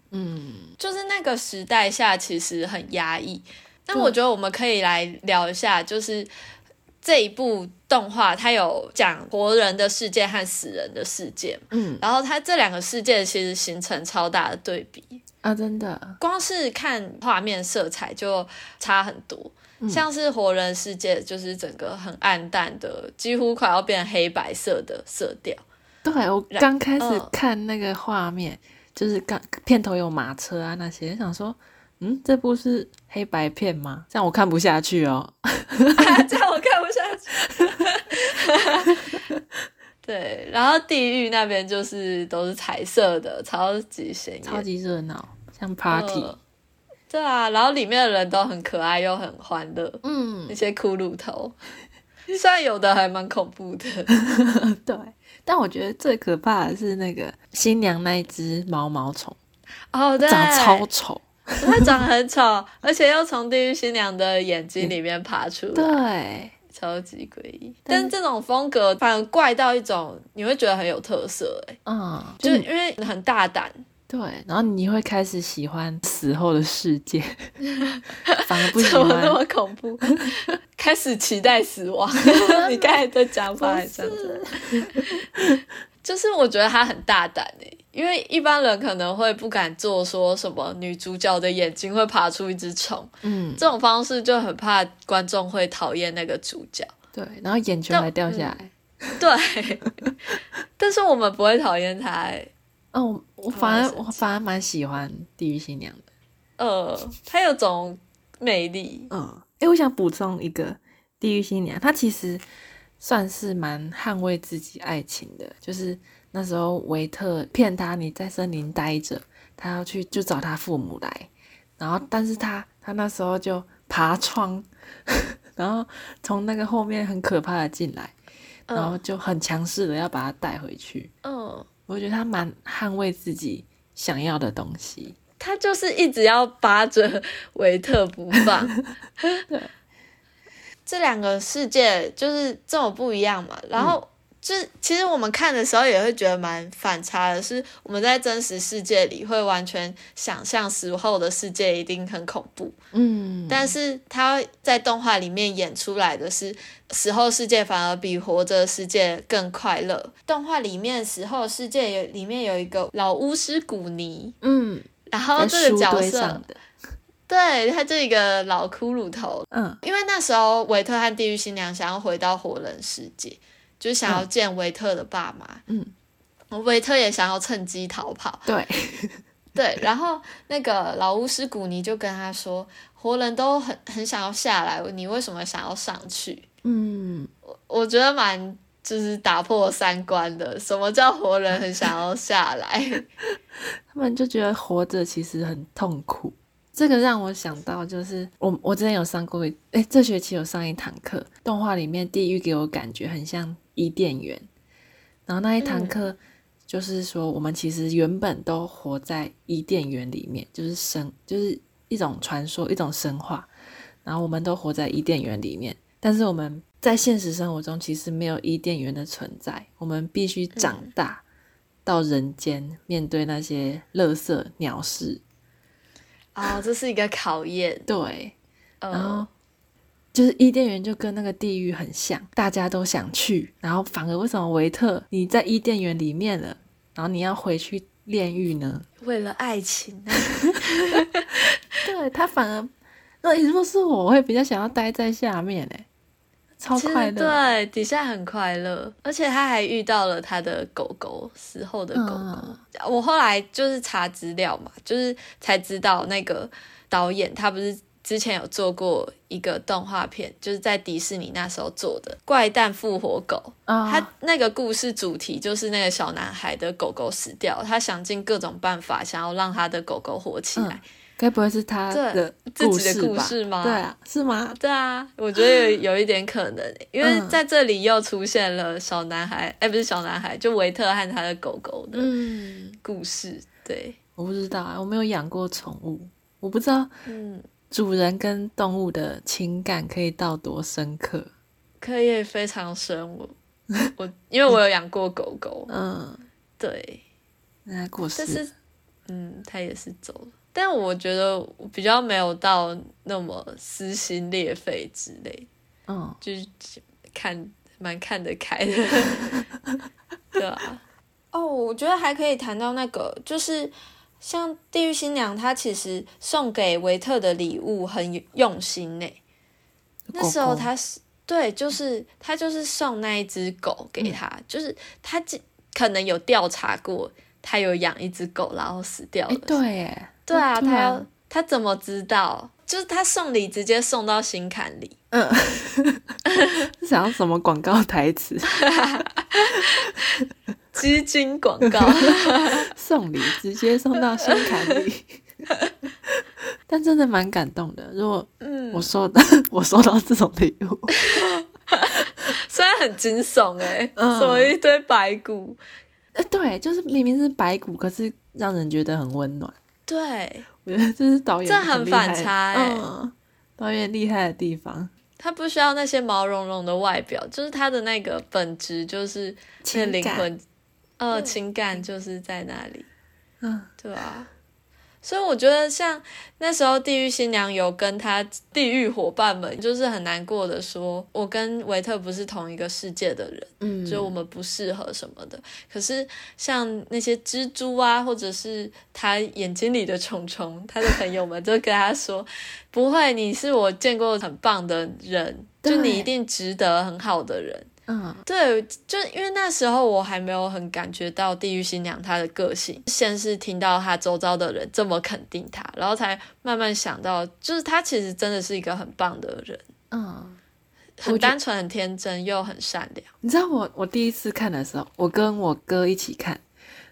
[SPEAKER 1] 嗯，
[SPEAKER 2] 就是那个时代下，其实很压抑。但
[SPEAKER 1] 对
[SPEAKER 2] 我觉得我们可以来聊一下，就是这一部动画，它有讲活人的世界和死人的世界，
[SPEAKER 1] 嗯
[SPEAKER 2] 然后它这两个世界其实形成超大的对比。
[SPEAKER 1] 啊，真的，
[SPEAKER 2] 光是看画面色彩就差很多。
[SPEAKER 1] 嗯
[SPEAKER 2] 像是《活人世界》就是整个很暗淡的，几乎快要变黑白色的色调。 [LAUGHS]
[SPEAKER 1] 对我
[SPEAKER 2] 然
[SPEAKER 1] 刚开始
[SPEAKER 2] 嗯
[SPEAKER 1] 看那个画面，就是刚片头有马车啊那些，想说，嗯，这部是黑白片吗？这样我看不下去哦。
[SPEAKER 2] 这样我看不下去。 [LAUGHS] 对，然后地狱那边就是都是彩色的，超级显眼，
[SPEAKER 1] 超级热闹，像 party，、
[SPEAKER 2] 呃对啊，然后里面的人都很可爱又很欢乐，
[SPEAKER 1] 嗯，
[SPEAKER 2] 那些骷髅头， [LAUGHS] 虽然有的还蛮恐怖的。
[SPEAKER 1] [LAUGHS] 对。但我觉得最可怕的是那个新娘那一只毛毛虫，
[SPEAKER 2] 哦，对，
[SPEAKER 1] 长超丑，
[SPEAKER 2] 它长很丑，而且又从地狱新娘的眼睛里面爬出来，
[SPEAKER 1] 对，
[SPEAKER 2] 超级诡异。
[SPEAKER 1] 但
[SPEAKER 2] 但这种风格反而怪到一种，你会觉得很有特色、欸，
[SPEAKER 1] 嗯，就
[SPEAKER 2] 就因为很大胆，
[SPEAKER 1] 对，然后你会开始喜欢死后的世
[SPEAKER 2] [LAUGHS]
[SPEAKER 1] 界，反而不喜
[SPEAKER 2] 怎么那
[SPEAKER 1] 欢。
[SPEAKER 2] 么恐
[SPEAKER 1] [LAUGHS]
[SPEAKER 2] 怖？开始期待死亡。你刚才的讲法很像这样，就是我觉得他很大胆诶、因为一般人可能会不敢做说什么女主角的眼睛会爬出一只虫，
[SPEAKER 1] 嗯，
[SPEAKER 2] 这种方式就很怕观众会讨厌那个主角。
[SPEAKER 1] 对，然后眼球
[SPEAKER 2] 但
[SPEAKER 1] 还掉下来。
[SPEAKER 2] [LAUGHS] 对，但是我们不会讨厌他、欸。
[SPEAKER 1] 哦，我我
[SPEAKER 2] 我
[SPEAKER 1] 反
[SPEAKER 2] 也
[SPEAKER 1] 而
[SPEAKER 2] 生
[SPEAKER 1] 我
[SPEAKER 2] 气
[SPEAKER 1] 反而蛮喜欢地狱新娘的。
[SPEAKER 2] 呃，他有种魅力，
[SPEAKER 1] 嗯，哎，我想补充一个地狱新娘，她其实算是蛮捍卫自己爱情的，就是那时候维特骗她你在森林待着，她要去就找她父母来，然后但是她她那时候就爬窗， [LAUGHS] 然后从那个后面很可怕的进来，然后
[SPEAKER 2] 嗯
[SPEAKER 1] 就很强势的要把她带回去，
[SPEAKER 2] 嗯。
[SPEAKER 1] 我觉得她蛮捍卫自己想要的东西。
[SPEAKER 2] 他就是一直要扒着维特不放。
[SPEAKER 1] 对，
[SPEAKER 2] 这两个世界就是这么不一样嘛。然后、就是其实我们看的时候也会觉得蛮反差的，是我们在真实世界里会完全想象死后的世界一定很恐怖，
[SPEAKER 1] 嗯，
[SPEAKER 2] 但是他在动画里面演出来的是死后世界反而比活着世界更快乐。动画里面死后世界有里面有一个老巫师古尼。
[SPEAKER 1] 嗯，在
[SPEAKER 2] 然后这个
[SPEAKER 1] 书
[SPEAKER 2] 角
[SPEAKER 1] 堆
[SPEAKER 2] 色，
[SPEAKER 1] 上的，
[SPEAKER 2] 对，他这个老骷髅头，
[SPEAKER 1] 嗯。
[SPEAKER 2] 因为那时候维特和地狱新娘想要回到活人世界，就是想要见维特的爸妈。
[SPEAKER 1] 嗯，
[SPEAKER 2] 维特也想要趁机逃跑。
[SPEAKER 1] 对，
[SPEAKER 2] 对，然后那个老巫师古尼就跟他说，活人都很很想要下来，你为什么想要上去？
[SPEAKER 1] 嗯，
[SPEAKER 2] 我觉得蛮就是打破三观的，什么叫活人很想要下来？ [LAUGHS]
[SPEAKER 1] 他们就觉得活着其实很痛苦。这个让我想到，就是我我之前有上过一，哎，这学期有上一堂课，动画里面地狱给我感觉很像伊甸园，然后那一堂
[SPEAKER 2] 嗯
[SPEAKER 1] 课就是说，我们其实原本都活在伊甸园里面，就是神，就是一种传说，一种神话，然后我们都活在伊甸园里面，但是我们在现实生活中其实没有伊甸园的存在，我们必须长大、到人间，面对那些垃圾鸟事。
[SPEAKER 2] 哦，这是一个考验。
[SPEAKER 1] 对，然后
[SPEAKER 2] 呃，
[SPEAKER 1] 就是伊甸园就跟那个地狱很像，大家都想去，然后反而为什么维特你在伊甸园里面了，然后你要回去炼狱呢？ [LAUGHS]
[SPEAKER 2] 为了爱情啊。
[SPEAKER 1] 对他反而，那你说是我，我会比较想要待在下面哎、超
[SPEAKER 2] 其实
[SPEAKER 1] 快乐。
[SPEAKER 2] 对，啊底下很快乐，而且他还遇到了他的狗狗，死后的狗狗。
[SPEAKER 1] 嗯
[SPEAKER 2] 我后来就是查资料嘛，就是才知道那个导演他不是之前有做过一个动画片，就是在迪士尼那时候做的《怪诞复活狗》。
[SPEAKER 1] 啊，
[SPEAKER 2] 他那个故事主题就是那个小男孩的狗狗死掉，他想尽各种办法想要让他的狗狗活起来。
[SPEAKER 1] 该不会是他
[SPEAKER 2] 对
[SPEAKER 1] 的
[SPEAKER 2] 自
[SPEAKER 1] 故
[SPEAKER 2] 己的
[SPEAKER 1] 事
[SPEAKER 2] 故
[SPEAKER 1] 吧？
[SPEAKER 2] 事吗
[SPEAKER 1] 对啊，是吗？
[SPEAKER 2] 对啊，我觉得有有一点可能，因为
[SPEAKER 1] 嗯
[SPEAKER 2] 在这里又出现了小男孩，哎、不是小男孩，就维特和他的狗狗的
[SPEAKER 1] 嗯，
[SPEAKER 2] 故事。对，
[SPEAKER 1] 我不知道啊，我没有养过宠物，我不知道
[SPEAKER 2] 嗯，
[SPEAKER 1] 主人跟动物的情感可以到多深刻。
[SPEAKER 2] 可以非常深。我 [LAUGHS] 我因为我有养过狗狗，
[SPEAKER 1] 嗯，
[SPEAKER 2] [LAUGHS] 对，
[SPEAKER 1] 那它过世
[SPEAKER 2] 但是嗯，它也是走了。但我觉得我比较没有到那么撕心裂肺之类，
[SPEAKER 1] 嗯，
[SPEAKER 2] 就是看蛮看得开的， [LAUGHS] 对啊。哦，我觉得还可以谈到那个，就是像《地狱新娘》，她其实送给维特的礼物很用心呢。欸那时候
[SPEAKER 1] 狗狗
[SPEAKER 2] 他是对，就是他就是送那一只狗
[SPEAKER 1] 嗯
[SPEAKER 2] 给他，就是他记可能有调查过，他有养一只狗然后死掉
[SPEAKER 1] 哎、
[SPEAKER 2] 了。
[SPEAKER 1] 对耶，
[SPEAKER 2] 对啊，
[SPEAKER 1] 哦对
[SPEAKER 2] 他
[SPEAKER 1] 啊
[SPEAKER 2] 要他怎么知道？就是他送礼直接送到心坎里，
[SPEAKER 1] 嗯，想要什么广告台词？
[SPEAKER 2] 基金广
[SPEAKER 1] [LAUGHS]
[SPEAKER 2] 告。
[SPEAKER 1] 送礼直接送到心坎里， [LAUGHS] 但真的蛮感动的。如果
[SPEAKER 2] 嗯
[SPEAKER 1] 我，收到、 [LAUGHS] 我收到这种礼物，
[SPEAKER 2] 虽然很惊悚哎、欸，
[SPEAKER 1] 嗯
[SPEAKER 2] 什么一堆白骨，
[SPEAKER 1] 呃，对，就是明明是白骨，可是让人觉得很温暖。 [LAUGHS]
[SPEAKER 2] 对
[SPEAKER 1] 我觉得这是导演
[SPEAKER 2] 这很
[SPEAKER 1] 厉害
[SPEAKER 2] 反差欸
[SPEAKER 1] 嗯，导演厉害的地方，
[SPEAKER 2] 他不需要那些毛茸茸的外表，就是他的那个本质就是那
[SPEAKER 1] 情
[SPEAKER 2] 灵
[SPEAKER 1] 感
[SPEAKER 2] 魂，呃，情感就是在那里。
[SPEAKER 1] 嗯，
[SPEAKER 2] 对啊，所以我觉得像那时候地狱新娘有跟她地狱伙伴们，就是很难过的说，我跟维特不是同一个世界的人，
[SPEAKER 1] 嗯
[SPEAKER 2] 就我们不适合什么的。可是像那些蜘蛛啊，或者是他眼睛里的虫虫，他的朋友们就跟他说，不会，你是我见过很棒的人，就
[SPEAKER 1] 对
[SPEAKER 2] 你一定值得很好的人。
[SPEAKER 1] 嗯
[SPEAKER 2] 对，就因为那时候我还没有很感觉到地狱新娘她的个性，先是听到她周遭的人这么肯定她，然后才慢慢想到，就是她其实真的是一个很棒的人，
[SPEAKER 1] 嗯，
[SPEAKER 2] 很
[SPEAKER 1] 我觉
[SPEAKER 2] 单纯、很天真又很善
[SPEAKER 1] [LAUGHS]
[SPEAKER 2] 良。
[SPEAKER 1] 你知道我我第一次看的时候，我跟我哥一起看，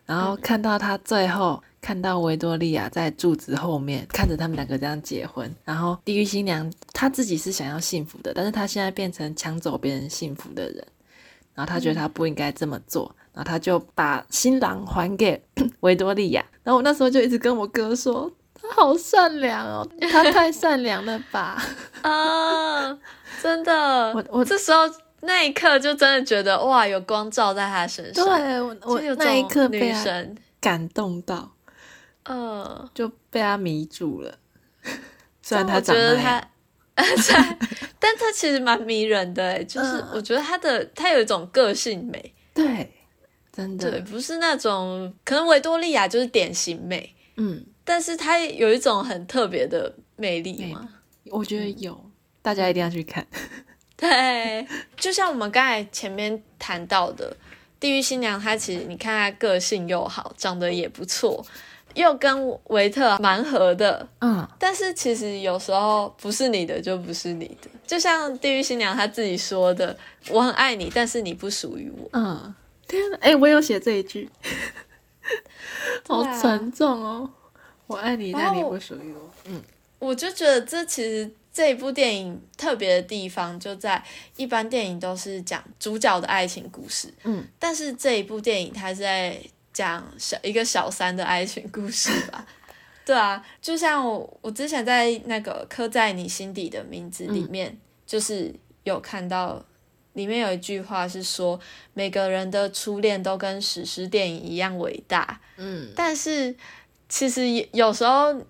[SPEAKER 1] 然后看到他最后看到维多利亚在柱子后面看着他们两个这样结婚，然后地狱新娘她自己是想要幸福的，但是她现在变成抢走别人幸福的人，然后她觉得她不应该这么做，然后她就把新郎还给 [LAUGHS] 维多利亚，然后我那时候就一直跟我哥说。他好善良哦，他太善良了吧？
[SPEAKER 2] 啊，真的，
[SPEAKER 1] 我
[SPEAKER 2] [LAUGHS]
[SPEAKER 1] 我
[SPEAKER 2] 这时候那一刻就真的觉得哇，有光照在她身
[SPEAKER 1] 对
[SPEAKER 2] 上，
[SPEAKER 1] 我，
[SPEAKER 2] 就
[SPEAKER 1] 我
[SPEAKER 2] 有
[SPEAKER 1] 那一
[SPEAKER 2] 种
[SPEAKER 1] 刻被
[SPEAKER 2] 女
[SPEAKER 1] 他
[SPEAKER 2] 神，
[SPEAKER 1] 感动到。
[SPEAKER 2] 嗯。
[SPEAKER 1] 就被他迷住
[SPEAKER 2] [LAUGHS]
[SPEAKER 1] 了。虽然
[SPEAKER 2] 但
[SPEAKER 1] 他
[SPEAKER 2] 我
[SPEAKER 1] 长
[SPEAKER 2] 觉得
[SPEAKER 1] 得
[SPEAKER 2] 他， [LAUGHS] 但他其实蛮迷人的哎，就是
[SPEAKER 1] 嗯
[SPEAKER 2] 我觉得他的他有一种个性美，
[SPEAKER 1] 对，真
[SPEAKER 2] 对，
[SPEAKER 1] 的，
[SPEAKER 2] 不是那种可能维多利亚就是典型美，
[SPEAKER 1] 嗯，
[SPEAKER 2] 但是他有一种很特别的魅力
[SPEAKER 1] 美
[SPEAKER 2] 嘛。
[SPEAKER 1] 我觉得有，大家一定要去看。
[SPEAKER 2] 对，就像我们刚才前面谈到的，《地狱新娘》，她其实你看她个性又好，长得也不错，又跟维特蛮合的，
[SPEAKER 1] 嗯，
[SPEAKER 2] 但是其实有时候不是你的就不是你的，就像《地狱新娘》她自己说的：“我很爱你，但是你不属于我。
[SPEAKER 1] 嗯，天哪，哎、我有写这一句，好
[SPEAKER 2] 对啊
[SPEAKER 1] 沉重哦。我爱你，
[SPEAKER 2] 然
[SPEAKER 1] 但你
[SPEAKER 2] 后
[SPEAKER 1] 不属于我。”
[SPEAKER 2] 我嗯就觉得这其实这一部电影特别的地方就在，一般电影都是讲主角的爱情故事，
[SPEAKER 1] 嗯，
[SPEAKER 2] 但是这一部电影它是在讲小一个小三的爱情故事吧。 [LAUGHS] 对啊，就像我我之前在那个刻在你心底的名字里面，就是有看到里面有一句话是说，每个人的初恋都跟史诗电影一样伟大，
[SPEAKER 1] 嗯，
[SPEAKER 2] 但是其实也有时候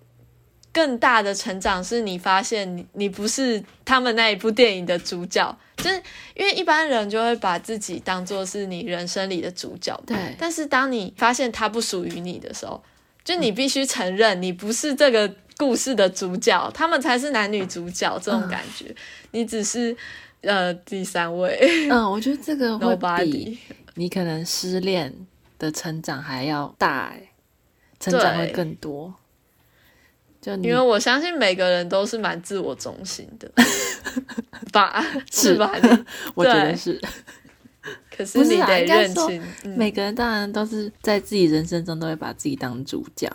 [SPEAKER 2] 更大的成长是你发现你你不是他们那一部电影的主角，就是因为一般人就会把自己当做是你人生里的主角嘛，
[SPEAKER 1] 对，
[SPEAKER 2] 但是当你发现他不属于你的时候，就你必须承认你不是这个故事的主角，他们才是男女主角这
[SPEAKER 1] 嗯
[SPEAKER 2] 种感觉，你只是呃第三位
[SPEAKER 1] 嗯，我觉得这个会比
[SPEAKER 2] ，nobody。
[SPEAKER 1] 你可能失恋的成长还要大、哎，成长会
[SPEAKER 2] 对
[SPEAKER 1] 更多。就你
[SPEAKER 2] 因为我相信每个人都是蛮自我中心
[SPEAKER 1] [LAUGHS]
[SPEAKER 2] 的，吧？ [LAUGHS] 是吧？你
[SPEAKER 1] 我觉得
[SPEAKER 2] 对
[SPEAKER 1] 是。
[SPEAKER 2] 可是你
[SPEAKER 1] 不是啊
[SPEAKER 2] 得
[SPEAKER 1] 应该
[SPEAKER 2] 认
[SPEAKER 1] 说
[SPEAKER 2] 清，嗯
[SPEAKER 1] 每个人当然都是在自己人生中都会把自己当主角，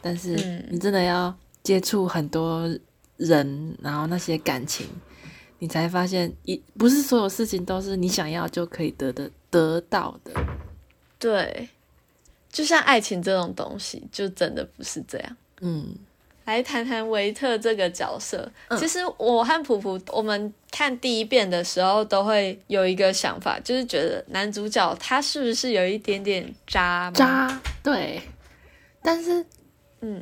[SPEAKER 1] 但是
[SPEAKER 2] 嗯
[SPEAKER 1] 你真的要接触很多人，然后那些感情，你才发现一不是所有事情都是你想要就可以得的得到的。
[SPEAKER 2] 对，就像爱情这种东西，就真的不是这样。
[SPEAKER 1] 嗯
[SPEAKER 2] 来谈谈维特这个角色。
[SPEAKER 1] 嗯
[SPEAKER 2] 其实我和普普，我们看第一遍的时候都会有一个想法，就是觉得男主角他是不是有一点点渣？，
[SPEAKER 1] 渣对，但是
[SPEAKER 2] 嗯，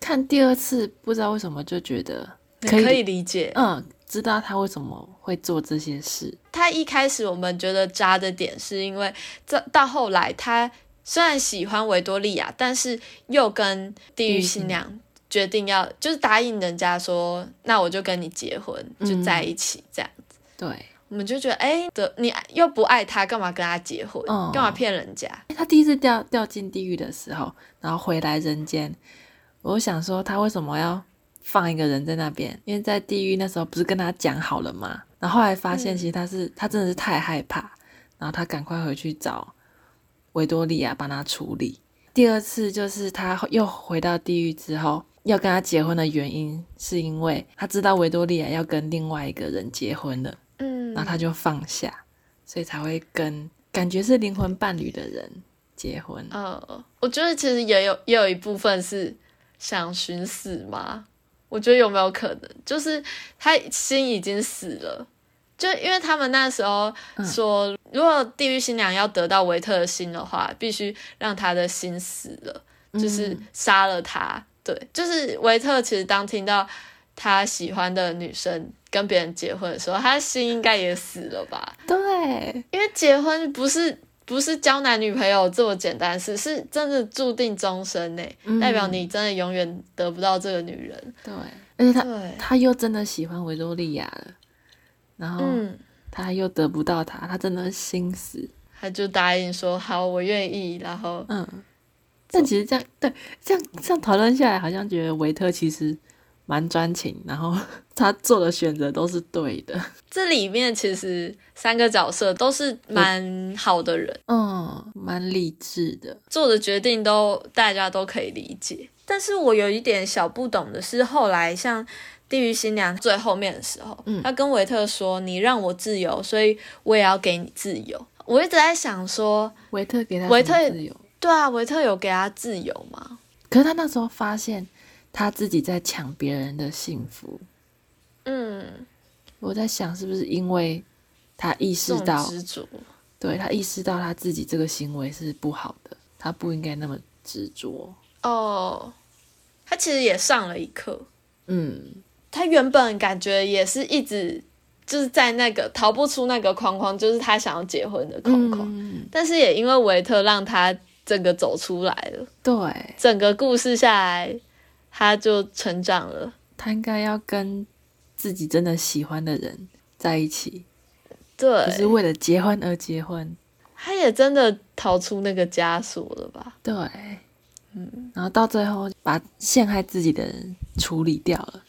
[SPEAKER 1] 看第二次不知道为什么就觉得可以
[SPEAKER 2] 可以理解。
[SPEAKER 1] 嗯知道他为什么会做这些事，
[SPEAKER 2] 他一开始我们觉得渣的点，是因为这到后来他虽然喜欢维多利亚，但是又跟地狱新娘决定要就是答应人家说，那我就跟你结婚，就在一起这样。
[SPEAKER 1] 对，
[SPEAKER 2] 我们就觉得，哎、的你又不爱他，干嘛跟他结婚？
[SPEAKER 1] 嗯
[SPEAKER 2] 干嘛骗人家？
[SPEAKER 1] 欸他第一次掉掉进地狱的时候，然后回来人间，我想说他为什么要放一个人在那边？因为在地狱那时候不是跟他讲好了吗？然后后来发现
[SPEAKER 2] 嗯
[SPEAKER 1] 其实他是、他真的是太害怕，然后他赶快回去找维多利亚帮他处理。第二次就是他又回到地狱之后。要跟他结婚的原因，是因为他知道维多利亚要跟另外一个人结婚了，
[SPEAKER 2] 嗯，
[SPEAKER 1] 然后他就放下，所以才会跟感觉是灵魂伴侣的人结婚。
[SPEAKER 2] 呃，我觉得其实也有也有一部分是想寻死嘛。我觉得有没有可能，就是他心已经死了，就因为他们那时候
[SPEAKER 1] 嗯
[SPEAKER 2] 说，如果地狱新娘要得到维特的心的话，必须让他的心死了，就是
[SPEAKER 1] 嗯
[SPEAKER 2] 杀了他。对，就是维特其实当听到他喜欢的女生跟别人结婚的时候，他心应该也死了吧？
[SPEAKER 1] 对，
[SPEAKER 2] 因为结婚不是不是交男女朋友这么简单的事，是真的注定终身呢、
[SPEAKER 1] 嗯
[SPEAKER 2] 代表你嗯真的永远得不到这个女人。
[SPEAKER 1] 对，而且他
[SPEAKER 2] 对，
[SPEAKER 1] 他又真的喜欢维多利亚了，然后
[SPEAKER 2] 嗯，
[SPEAKER 1] 他又得不到她，他真的心死。
[SPEAKER 2] 他就答应说好，我愿意，然后
[SPEAKER 1] 嗯，但其实这样对这样这样讨论下来，好像觉得维特其实蛮专情，然后 [LAUGHS] 他做的选择都是对的。
[SPEAKER 2] 这里面其实三个角色都是蛮好的人，
[SPEAKER 1] 嗯，蛮理智的。
[SPEAKER 2] 做的决定都大家都可以理解。但是我有一点小不懂的是，后来像《地狱新娘》最后面的时候，
[SPEAKER 1] 嗯
[SPEAKER 2] 他跟维特说：“你让我自由，所以我也要给你自由。”我一直在想说，
[SPEAKER 1] 维特给他
[SPEAKER 2] 维
[SPEAKER 1] 什么
[SPEAKER 2] 特
[SPEAKER 1] 自由，
[SPEAKER 2] 对啊，维特有给他自由吗？
[SPEAKER 1] 可是他那时候发现他自己在抢别人的幸福。
[SPEAKER 2] 嗯，
[SPEAKER 1] 我在想，是不是因为他意识
[SPEAKER 2] 这种
[SPEAKER 1] 到
[SPEAKER 2] 执着，
[SPEAKER 1] 对他意识到他自己这个行为是不好的，他不应该那么执着。
[SPEAKER 2] 哦，他其实也上了一课。
[SPEAKER 1] 嗯，
[SPEAKER 2] 他原本感觉也是一直就是在那个逃不出那个框框，就是他想要结婚的框框。
[SPEAKER 1] 嗯、
[SPEAKER 2] 但是也因为维特让他整个走出来了，
[SPEAKER 1] 对
[SPEAKER 2] 整个故事下来，他就成长了。
[SPEAKER 1] 他应该要跟自己真的喜欢的人在一起，不是
[SPEAKER 2] 对，
[SPEAKER 1] 为了结婚而结婚。
[SPEAKER 2] 他也真的逃出那个枷锁了吧？
[SPEAKER 1] 对，嗯，然后到最后把陷害自己的人处理掉了，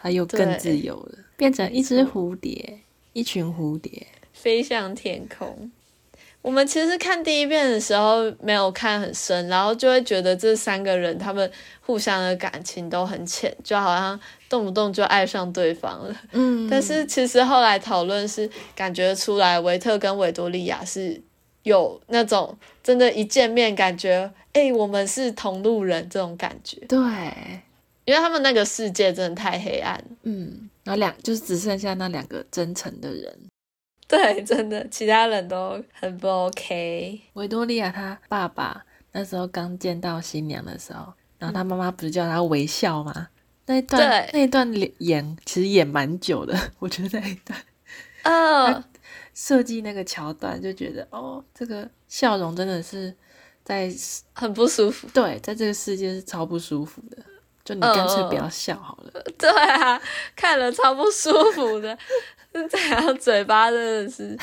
[SPEAKER 1] 他又更
[SPEAKER 2] 对
[SPEAKER 1] 自由了，变成一只蝴蝶，一群蝴蝶。
[SPEAKER 2] 飞向天空。我们其实看第一遍的时候没有看很深，然后就会觉得这三个人他们互相的感情都很浅，就好像动不动就爱上对方了。
[SPEAKER 1] 嗯
[SPEAKER 2] 但是其实后来讨论是感觉出来，维特跟维多利亚是有那种真的，一见面感觉哎、诶我们是同路人这种感觉，
[SPEAKER 1] 对，
[SPEAKER 2] 因为他们那个世界真的太黑暗了。
[SPEAKER 1] 嗯，然后两就是只剩下那两个真诚的人。
[SPEAKER 2] 对，真的，其他人都很不 [LAUGHS] OK。
[SPEAKER 1] 维多利亚她爸爸那时候刚见到新娘的时候，然后她妈妈不是叫她微笑吗？那一段
[SPEAKER 2] 对
[SPEAKER 1] 那一段脸演其实演蛮久的， [LAUGHS] 我觉得那一段
[SPEAKER 2] 呃，
[SPEAKER 1] 设计那个桥段就觉得哦，这个笑容真的是在
[SPEAKER 2] 很不舒服。
[SPEAKER 1] 对在这个世界是超不舒服的，就你
[SPEAKER 2] 嗯
[SPEAKER 1] 干脆
[SPEAKER 2] 嗯
[SPEAKER 1] 不要笑好了。
[SPEAKER 2] [LAUGHS] 对啊，看了超不舒服的， [LAUGHS] 是这样，嘴巴真的是。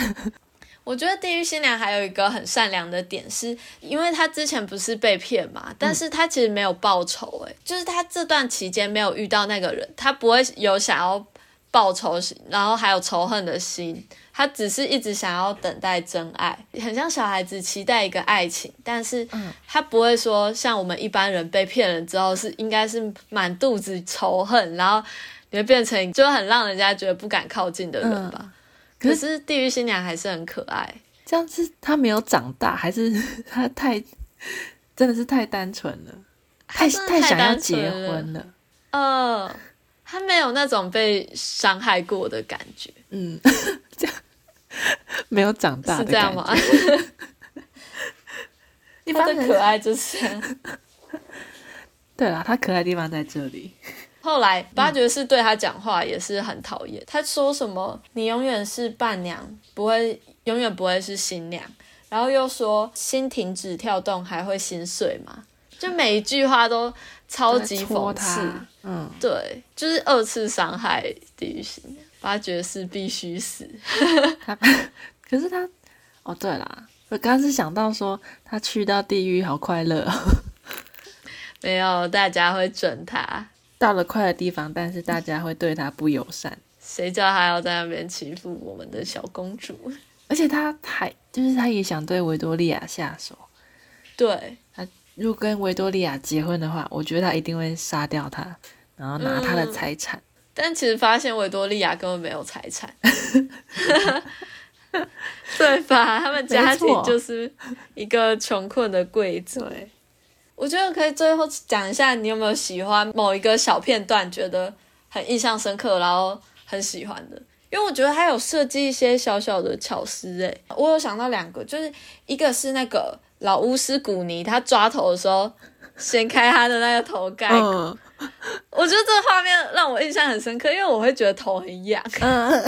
[SPEAKER 2] 我觉得《地狱新娘》还有一个很善良的点是，因为她之前不是被骗嘛，但是她其实没有报仇、欸，就是她这段期间没有遇到那个人，她不会有想要报仇，然后还有仇恨的心，她只是一直想要等待真爱，很像小孩子期待一个爱情，但是
[SPEAKER 1] 嗯
[SPEAKER 2] 她不会说像我们一般人被骗了之后是应该是满肚子仇恨，然后你会变成就很让人家觉得不敢靠近的人吧。
[SPEAKER 1] 嗯可
[SPEAKER 2] 可
[SPEAKER 1] 是
[SPEAKER 2] 是地狱新娘还是很可爱，
[SPEAKER 1] 这样是她没有长大，还是 [LAUGHS] 她太真的是太单纯了，太
[SPEAKER 2] 真的太
[SPEAKER 1] 想要
[SPEAKER 2] 单纯
[SPEAKER 1] 结
[SPEAKER 2] 了
[SPEAKER 1] 婚了。
[SPEAKER 2] 呃，她没有那种被伤害过的感觉，
[SPEAKER 1] 嗯， [LAUGHS] 这样没有长大
[SPEAKER 2] 是
[SPEAKER 1] 的
[SPEAKER 2] 这样
[SPEAKER 1] 感
[SPEAKER 2] 吗
[SPEAKER 1] 觉？？
[SPEAKER 2] [LAUGHS]
[SPEAKER 1] 一
[SPEAKER 2] 她
[SPEAKER 1] 般
[SPEAKER 2] 的
[SPEAKER 1] 人
[SPEAKER 2] 可爱就是这样。
[SPEAKER 1] 对啦，他可爱的地方在这里。
[SPEAKER 2] 后来八爵士对她讲话也是很讨厌，他说什么“你永远是伴娘，不会永远不会是新娘”，然后又说“心停止跳动还会心碎吗？”就每一句话都超级
[SPEAKER 1] 戳
[SPEAKER 2] 讽刺，
[SPEAKER 1] 他，嗯，
[SPEAKER 2] 对，就是二次伤害地狱型，发觉是必须死。
[SPEAKER 1] 他可是他，哦对啦，我刚刚是想到说他去到地狱好快乐、哦，
[SPEAKER 2] 没有，大家会整他，
[SPEAKER 1] 到了快的地方，但是大家会对他不友善，
[SPEAKER 2] 谁叫他要在那边欺负我们的小公主？
[SPEAKER 1] 而且他还就是他也想对维多利亚下手，
[SPEAKER 2] 对，
[SPEAKER 1] 如果跟维多利亚结婚的话，我觉得他一定会杀掉他，然后拿他的
[SPEAKER 2] 嗯
[SPEAKER 1] 财产。
[SPEAKER 2] 但其实发现维多利亚根本没有财
[SPEAKER 1] [LAUGHS]
[SPEAKER 2] 产，对吧？他们家庭
[SPEAKER 1] 没错
[SPEAKER 2] 就是一个穷困的贵族。
[SPEAKER 1] 对，
[SPEAKER 2] 我觉得可以最后讲一下，你有没有喜欢某一个小片段，觉得很印象深刻，然后很喜欢的？因为我觉得他有设计一些小小的巧思、欸，我有想到两个，就是一个是那个老巫师古尼，他抓头的时候掀开他的那个头盖骨，
[SPEAKER 1] 嗯
[SPEAKER 2] 我觉得这个画面让我印象很深刻，因为我会觉得头很痒，
[SPEAKER 1] 嗯， [LAUGHS]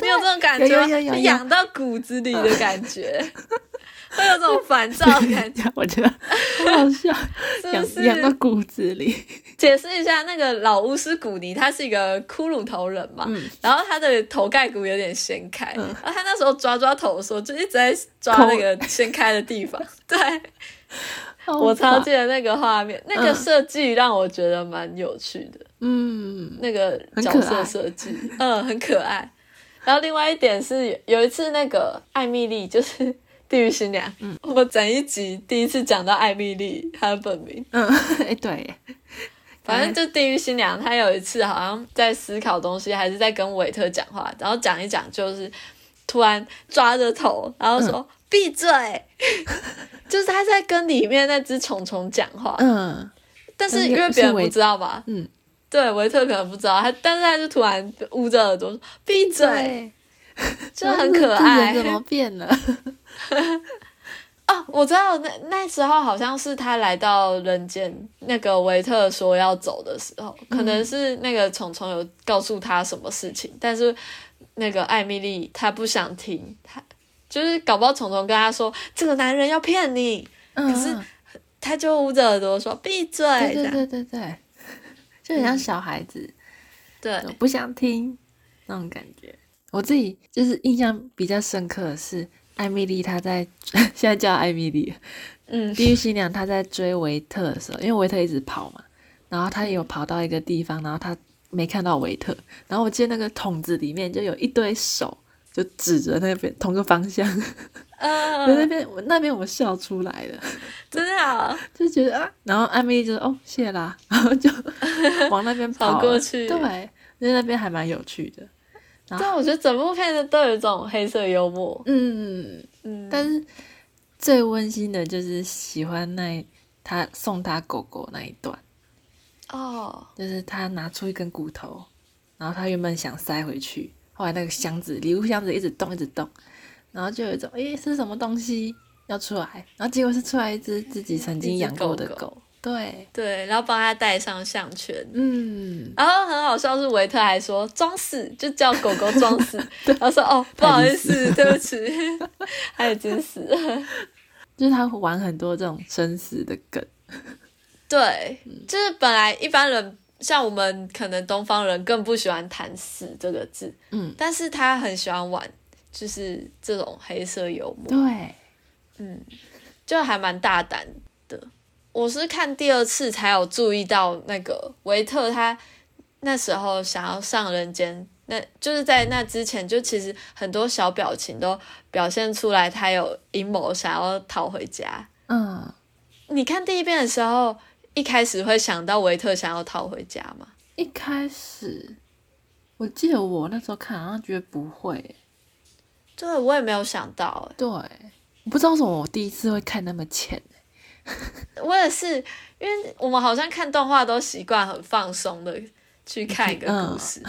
[SPEAKER 2] 你有这种感觉吗？
[SPEAKER 1] 有有有有有
[SPEAKER 2] 痒到骨子里的
[SPEAKER 1] [LAUGHS]
[SPEAKER 2] 感觉，会有这种烦躁的感觉，
[SPEAKER 1] 我觉得很好
[SPEAKER 2] [LAUGHS]
[SPEAKER 1] 笑， [LAUGHS]
[SPEAKER 2] 是不
[SPEAKER 1] 养养到
[SPEAKER 2] 是？
[SPEAKER 1] 骨子里。
[SPEAKER 2] 解释一下，那个老巫师古尼，他是一个骷髅头人嘛，
[SPEAKER 1] 嗯
[SPEAKER 2] 然后他的头盖骨有点掀开，然后他那时候抓抓头的时候，就一直在抓那个掀开的地方，对我超记得那个画面，那个
[SPEAKER 1] 嗯
[SPEAKER 2] 设计让我觉得蛮有趣的。
[SPEAKER 1] 嗯，
[SPEAKER 2] 那个
[SPEAKER 1] 很
[SPEAKER 2] 角
[SPEAKER 1] 可
[SPEAKER 2] 色
[SPEAKER 1] 爱
[SPEAKER 2] 设计，嗯，很可爱。然后另外一点是，有一次那个艾米丽，就是 [LAUGHS] 地狱新娘，嗯，我们整一集第一次讲到艾米丽她的本名，
[SPEAKER 1] 嗯，哎、对耶，
[SPEAKER 2] 反正就地狱新娘，她有一次好像在思考东西，还是在跟韦特讲话，然后讲一讲，就是突然抓着头，然后说、
[SPEAKER 1] 嗯
[SPEAKER 2] 闭嘴， [LAUGHS] 就是她在跟里面那只虫虫讲话，
[SPEAKER 1] 嗯，
[SPEAKER 2] 但是
[SPEAKER 1] 但是
[SPEAKER 2] 因为别人
[SPEAKER 1] 是
[SPEAKER 2] 不
[SPEAKER 1] 韦
[SPEAKER 2] 知道吧，
[SPEAKER 1] 嗯，
[SPEAKER 2] 对，维特可能不知道，他但是他就突然捂着耳朵说闭嘴，，就很可爱
[SPEAKER 1] 怎么变了？ [LAUGHS]
[SPEAKER 2] 哦。我知道那那时候好像是他来到人间，那个维特说要走的时候，
[SPEAKER 1] 嗯
[SPEAKER 2] 可能是那个虫虫有告诉他什么事情，但是那个艾米丽她不想听，她就是搞不好虫虫跟她说这个男人要骗你，
[SPEAKER 1] 嗯，
[SPEAKER 2] 可是她就捂着耳朵说闭嘴，
[SPEAKER 1] 对对
[SPEAKER 2] 这样
[SPEAKER 1] 对对对， [LAUGHS] 就
[SPEAKER 2] 嗯
[SPEAKER 1] 很像小孩子，
[SPEAKER 2] 对
[SPEAKER 1] 我不想听那种感觉。我自己就是印象比较深刻的是艾米丽，她在 [LAUGHS] 现在叫艾米丽，
[SPEAKER 2] 嗯
[SPEAKER 1] 地狱新娘她在追维特的时候，因为维特一直跑嘛，然后她有跑到一个地方，然后她没看到维特，然后我记得那个桶子里面就有一堆手，就指着那边同个方向，
[SPEAKER 2] 嗯、
[SPEAKER 1] [LAUGHS] 就那边我那边我笑出来了，
[SPEAKER 2] 真的啊，
[SPEAKER 1] 就觉得啊，然后艾米丽就说哦谢啦，然后就 [LAUGHS] 往那边跑
[SPEAKER 2] 跑
[SPEAKER 1] 了
[SPEAKER 2] 过去
[SPEAKER 1] 对，因为那边还蛮有趣的，啊
[SPEAKER 2] 对，我觉得整部片子都有一种黑色幽默，
[SPEAKER 1] 嗯，
[SPEAKER 2] 嗯，
[SPEAKER 1] 但是最温馨的就是喜欢那他送他狗狗那一段。
[SPEAKER 2] 哦，
[SPEAKER 1] 就是他拿出一根骨头，然后他原本想塞回去，后来那个箱子礼物箱子一直动一直动，然后就有一种诶是什么东西要出来，然后结果是出来一只自己曾经养过的
[SPEAKER 2] 一只
[SPEAKER 1] 狗，
[SPEAKER 2] 狗狗
[SPEAKER 1] 对，
[SPEAKER 2] 对，然后帮他戴上项圈。
[SPEAKER 1] 嗯，
[SPEAKER 2] 然后很好笑是维特还说装死，就叫狗狗装 [LAUGHS] 死，然后说哦不好意思，对不起， [LAUGHS] 他已经死了。
[SPEAKER 1] 就是他玩很多这种生死的梗，
[SPEAKER 2] 对，就是本来一般人像我们可能东方人更不喜欢谈死这个字，
[SPEAKER 1] 嗯，
[SPEAKER 2] 但是他很喜欢玩，就是这种黑色幽默。
[SPEAKER 1] 对，
[SPEAKER 2] 嗯，就还蛮大胆的。我是看第二次才有注意到那个维特，他那时候想要上人间，那就是在那之前，就其实很多小表情都表现出来，他有阴谋想要逃回家。
[SPEAKER 1] 嗯，
[SPEAKER 2] 你看第一遍的时候，一开始会想到维特想要逃回家吗？
[SPEAKER 1] 一开始我记得我那时候看好像觉得不会，
[SPEAKER 2] 对，我也没有想到、
[SPEAKER 1] 对，我不知道为什么我第一次会看那么浅，
[SPEAKER 2] 欸，我也是，因为我们好像看动画都习惯很放松的去看一个故事，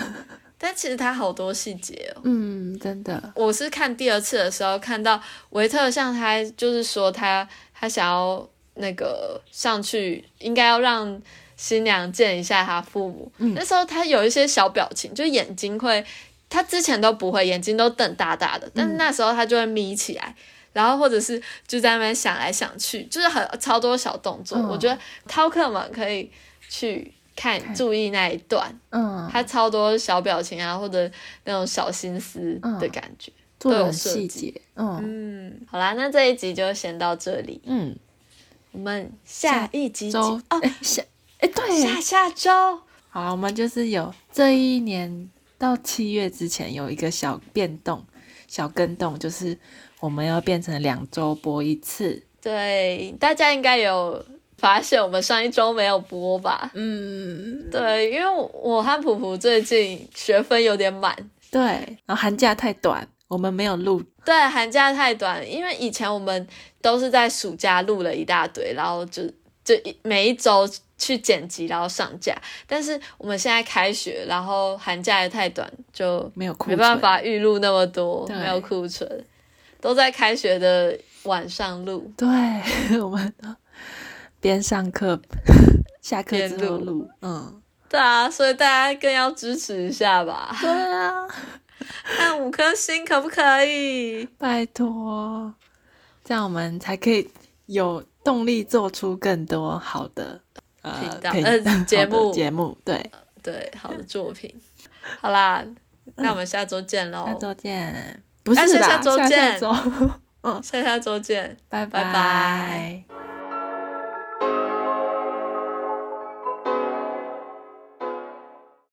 [SPEAKER 2] 但其实它好多细节哦。
[SPEAKER 1] 嗯，真的，
[SPEAKER 2] 我是看第二次的时候看到维特像他就是说他他想要那个上去，应该要让新娘见一下他父母。
[SPEAKER 1] 嗯
[SPEAKER 2] 那时候他有一些小表情，就眼
[SPEAKER 1] 嗯
[SPEAKER 2] 睛会，他之前都不会，眼睛都瞪大大的，但是那时候他就会眯起来，然后或者是就在那边想来想去，就是很超多小动作。
[SPEAKER 1] 嗯
[SPEAKER 2] 我觉得饕客们可以去看
[SPEAKER 1] 看
[SPEAKER 2] 注意那一段，
[SPEAKER 1] 嗯，
[SPEAKER 2] 它超多小表情啊，或者那种小心思的
[SPEAKER 1] 嗯
[SPEAKER 2] 感觉。
[SPEAKER 1] 做
[SPEAKER 2] 都
[SPEAKER 1] 的
[SPEAKER 2] 有
[SPEAKER 1] 很
[SPEAKER 2] 设
[SPEAKER 1] 细
[SPEAKER 2] 计
[SPEAKER 1] 节，嗯
[SPEAKER 2] 嗯，好啦，那这一集就先到这里，
[SPEAKER 1] 嗯，
[SPEAKER 2] 我们下一集
[SPEAKER 1] 周
[SPEAKER 2] 见哦，
[SPEAKER 1] 哎下哎对，
[SPEAKER 2] 下下周。
[SPEAKER 1] 好，我们就是有这一年到七月之前有一个小变动、小更动，就是我们要变成两周播一次。
[SPEAKER 2] 对，大家应该有发现我们上一周没有播吧？
[SPEAKER 1] 嗯，
[SPEAKER 2] 对，因为我和普普最近学分有点满。
[SPEAKER 1] 对。然后寒假太短，我们没有录。
[SPEAKER 2] 对，寒假太短，因为以前我们都是在暑假录了一大堆，然后就就一每一周去剪辑，然后上架。但是我们现在开学，然后寒假也太短，就
[SPEAKER 1] 没有库
[SPEAKER 2] 没
[SPEAKER 1] 存
[SPEAKER 2] 办法预录那么多，
[SPEAKER 1] 对
[SPEAKER 2] 没有库存，都在开学的晚上录。
[SPEAKER 1] 对， [LAUGHS] 我们都边上课、 [LAUGHS] 下课
[SPEAKER 2] 边
[SPEAKER 1] 之后
[SPEAKER 2] 录
[SPEAKER 1] 录。嗯，
[SPEAKER 2] 对啊，所以大家更要支持一下吧。 [LAUGHS]
[SPEAKER 1] [LAUGHS] 对啊，
[SPEAKER 2] 按五颗星可不可以？
[SPEAKER 1] 拜托，这样我们才可以有动力做出更多好的呃
[SPEAKER 2] 频道
[SPEAKER 1] 频
[SPEAKER 2] 呃
[SPEAKER 1] 好的
[SPEAKER 2] 节目
[SPEAKER 1] 节目。对，
[SPEAKER 2] 对，好的作品。好啦，那我们下周见喽
[SPEAKER 1] [LAUGHS] 下，周见，不是
[SPEAKER 2] 哎
[SPEAKER 1] 啦，
[SPEAKER 2] [LAUGHS] 下下周
[SPEAKER 1] 下
[SPEAKER 2] 见
[SPEAKER 1] 周
[SPEAKER 2] 下下周见。
[SPEAKER 1] 拜
[SPEAKER 2] 拜拜